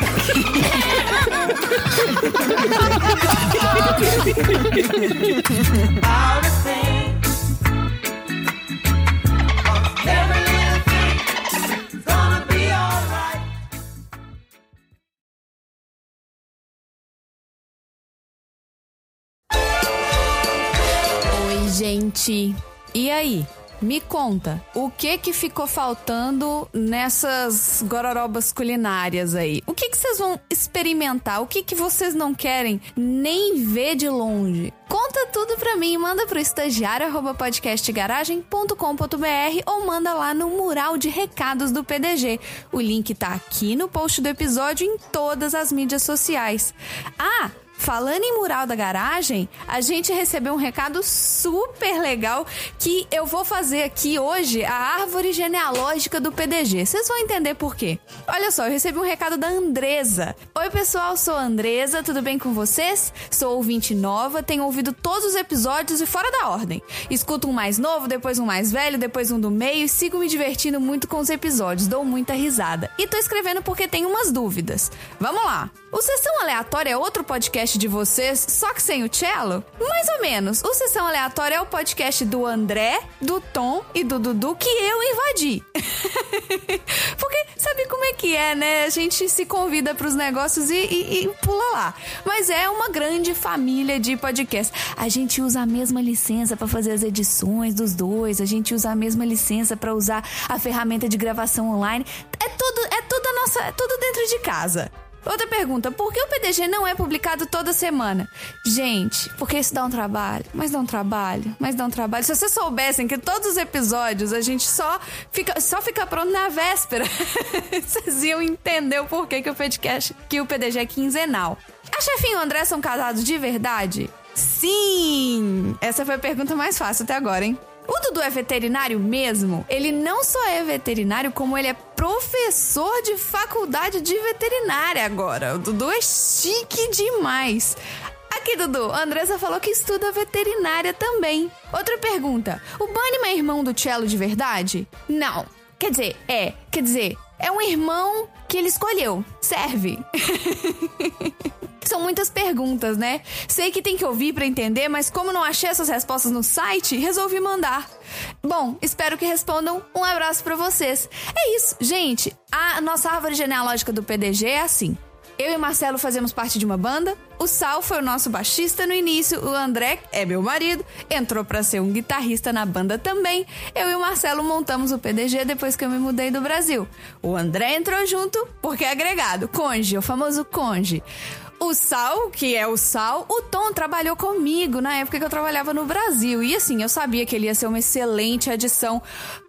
Oi, gente. E aí? Me conta, o que que ficou faltando nessas gororobas culinárias aí? O que que vocês vão experimentar? O que que vocês não querem nem ver de longe? Conta tudo pra mim e manda pro estagiário@podcastgaragem.com.br ou manda lá no mural de recados do PDG. O link tá aqui no post do episódio e em todas as mídias sociais. Ah, Falando em mural da garagem, a gente recebeu um recado super legal que eu vou fazer aqui hoje a árvore genealógica do PDG. Vocês vão entender por quê. Olha só, eu recebi um recado da Andresa. Oi, pessoal, sou a Andresa, tudo bem com vocês? Sou ouvinte nova, tenho ouvido todos os episódios e fora da ordem. Escuto um mais novo, depois um mais velho, depois um do meio e sigo me divertindo muito com os episódios, dou muita risada. E tô escrevendo porque tenho umas dúvidas. Vamos lá! O Sessão Aleatória é outro podcast de vocês, só que sem o cello? Mais ou menos. O Sessão Aleatória é o podcast do André, do Tom e do Dudu que eu invadi. Porque sabe como é que é, né? A gente se convida pros negócios e, e- e pula lá. Mas é uma grande família de podcast. A gente usa a mesma licença pra fazer as edições dos dois, a gente usa a mesma licença pra usar a ferramenta de gravação online. É tudo, é tudo a nossa, é tudo dentro de casa. Outra pergunta, por que o PDG não é publicado toda semana? Gente, porque isso dá um trabalho, mas dá um trabalho, mas dá um trabalho. Se vocês soubessem que todos os episódios a gente só fica, só fica pronto na véspera, vocês iam entender o porquê que o, podcast, que o PDG é quinzenal. A chefinha e o André são casados de verdade? Sim! Essa foi a pergunta mais fácil até agora, hein? O Dudu é veterinário mesmo? Ele não só é veterinário, como ele é professor de faculdade de veterinária agora. O Dudu é chique demais. Aqui, Dudu, a Andressa falou que estuda veterinária também. Outra pergunta: o Bunnyman é irmão do Cello de verdade? Não. Quer dizer, é. Quer dizer, é um irmão que ele escolheu. Serve. São muitas perguntas, né? Sei que tem que ouvir pra entender, mas como não achei essas respostas no site, resolvi mandar. Bom, espero que respondam. Um abraço pra vocês. É isso, gente. A nossa árvore genealógica do PDG é assim. Eu e o Marcelo fazemos parte de uma banda. O Sal foi o nosso baixista no início. O André é meu marido. Entrou pra ser um guitarrista na banda também. Eu e o Marcelo montamos o PDG depois que eu me mudei do Brasil. O André entrou junto porque é agregado. Conge, o famoso conge. O Sal, que é o Sal, o Tom trabalhou comigo na época que eu trabalhava no Brasil. E assim, eu sabia que ele ia ser uma excelente adição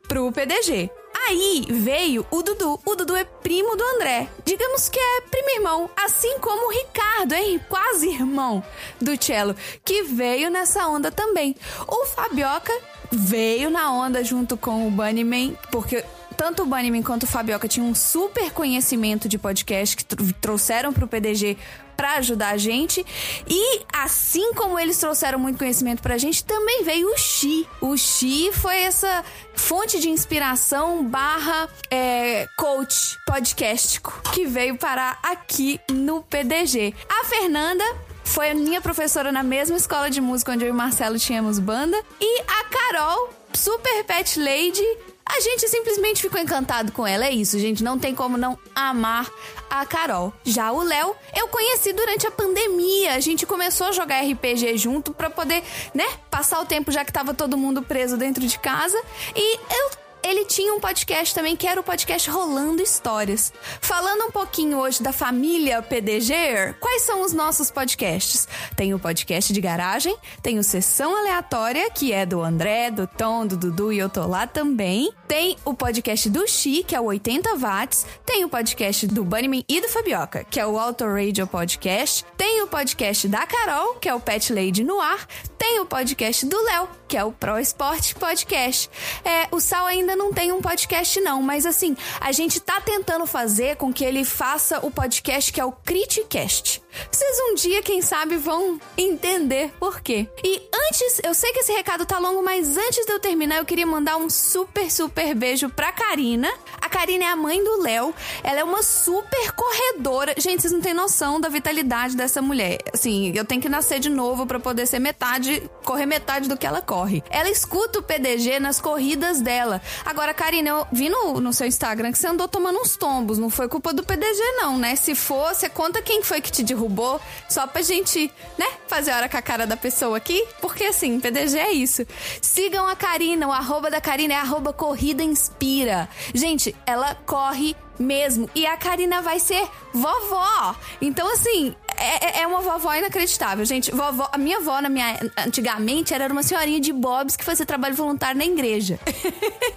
pro PDG. Aí veio o Dudu. O Dudu é primo do André. Digamos que é primo irmão, assim como o Ricardo, hein? Quase irmão do Cello, que veio nessa onda também. O Fabioca veio na onda junto com o Bunnyman, porque tanto o Bunnyman quanto o Fabioca tinham um super conhecimento de podcast que tr- trouxeram pro PDG pra ajudar a gente. E assim como eles trouxeram muito conhecimento pra gente, também veio o Xi. O Xi foi essa fonte de inspiração barra é, coach podcastico que veio parar aqui no PDG. A Fernanda foi a minha professora na mesma escola de música onde eu e o Marcelo tínhamos banda. E a Carol, super pet lady, a gente simplesmente ficou encantado com ela. É isso, gente. Não tem como não amar a Carol. Já o Léo, eu conheci durante a pandemia. A gente começou a jogar RPG junto pra poder, né, passar o tempo já que tava todo mundo preso dentro de casa. E eu ele tinha um podcast também que era o podcast Rolando Histórias. Falando um pouquinho hoje da família PDG, quais são os nossos podcasts? Tem o podcast de garagem, tem o Sessão Aleatória, que é do André, do Tom, do Dudu e eu tô lá também. Tem o podcast do Xi, que é o 80 watts. Tem o podcast do Bunnyman e do Fabioca, que é o Auto Radio Podcast. Tem o podcast da Carol, que é o Pet Lady no ar. Tem o podcast do Léo, que é o Pro Esporte Podcast. É, o Sal ainda não tem um podcast, não, mas assim, a gente tá tentando fazer com que ele faça o podcast que é o Criticast. Vocês um dia, quem sabe, vão entender por quê. E antes, eu sei que esse recado tá longo, mas antes de eu terminar, eu queria mandar um super, super beijo pra Karina. A Karina é a mãe do Léo. Ela é uma super corredora. Gente, vocês não têm noção da vitalidade dessa mulher. Assim, eu tenho que nascer de novo pra poder ser metade, correr metade do que ela corre. Ela escuta o PDG nas corridas dela. Agora, Karina, eu vi no, no seu Instagram que você andou tomando uns tombos. Não foi culpa do PDG, não, né? Se for, você conta quem foi que te derrubou, só pra gente, né, fazer hora com a cara da pessoa aqui. Porque assim, PDG é isso. Sigam a Karina, o arroba da Karina é arroba Corrida Inspira. Gente, ela corre mesmo. E a Karina vai ser vovó. Então, assim, é, é uma vovó inacreditável, gente. Vovó, a minha avó, na minha, antigamente, era uma senhorinha de bobs que fazia trabalho voluntário na igreja.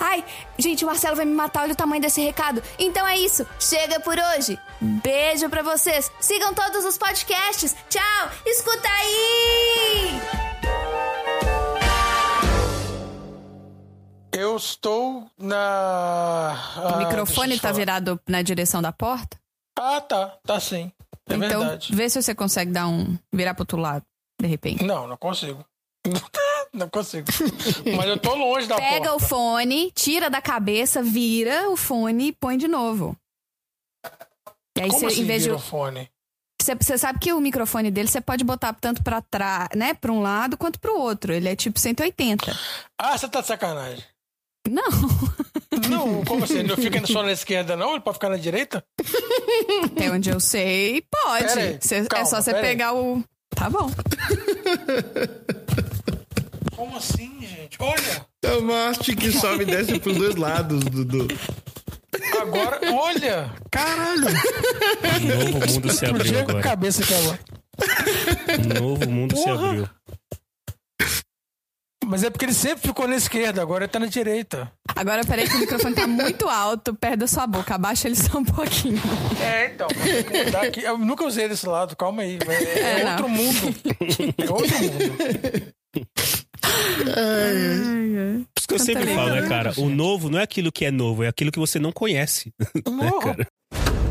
Ai, gente, o Marcelo vai me matar, olha o tamanho desse recado. Então é isso, chega por hoje. Beijo pra vocês. Sigam todos os podcasts. Tchau, escuta aí! Eu estou na. O ah, microfone deixa tá eu te falar. virado na direção da porta? Ah, tá. Tá sim. É então, verdade. vê se você consegue dar um. virar pro outro lado, de repente. Não, não consigo. não consigo. Mas eu tô longe da Pega o porta. fone, tira da cabeça, vira o fone e põe de novo. E aí Como você, assim em vez de. vira o fone? Você, você sabe que o microfone dele você pode botar tanto pra trás, né? Pra um lado quanto pro outro. Ele é tipo 180. Ah, você tá de sacanagem. Não. Não, como assim? Ele não fica só na esquerda, não? Ele pode ficar na direita? Até onde eu sei, pode. Pera aí, Você- é Hum. calma, só você pera aí. pegar o. Tá bom. Como assim, gente? Olha! Tomaste Então que sobe e desce pros dois lados, Dudu. Agora, olha! Caralho! Um novo mundo se abriu Explodiu com a agora. cabeça aqui agora. Um novo mundo se Porra. abriu. Mas é porque ele sempre ficou na esquerda, agora ele tá na direita. Agora peraí que o microfone tá muito alto, perto da sua boca. Abaixa ele só um pouquinho. É, então. mas tem que mudar aqui. Eu nunca usei desse lado, calma aí. vai- É, É, não. outro mundo. É outro mundo. Por isso que eu sempre falo, né, cara? O novo não é aquilo que é novo, é aquilo que você não conhece. Não.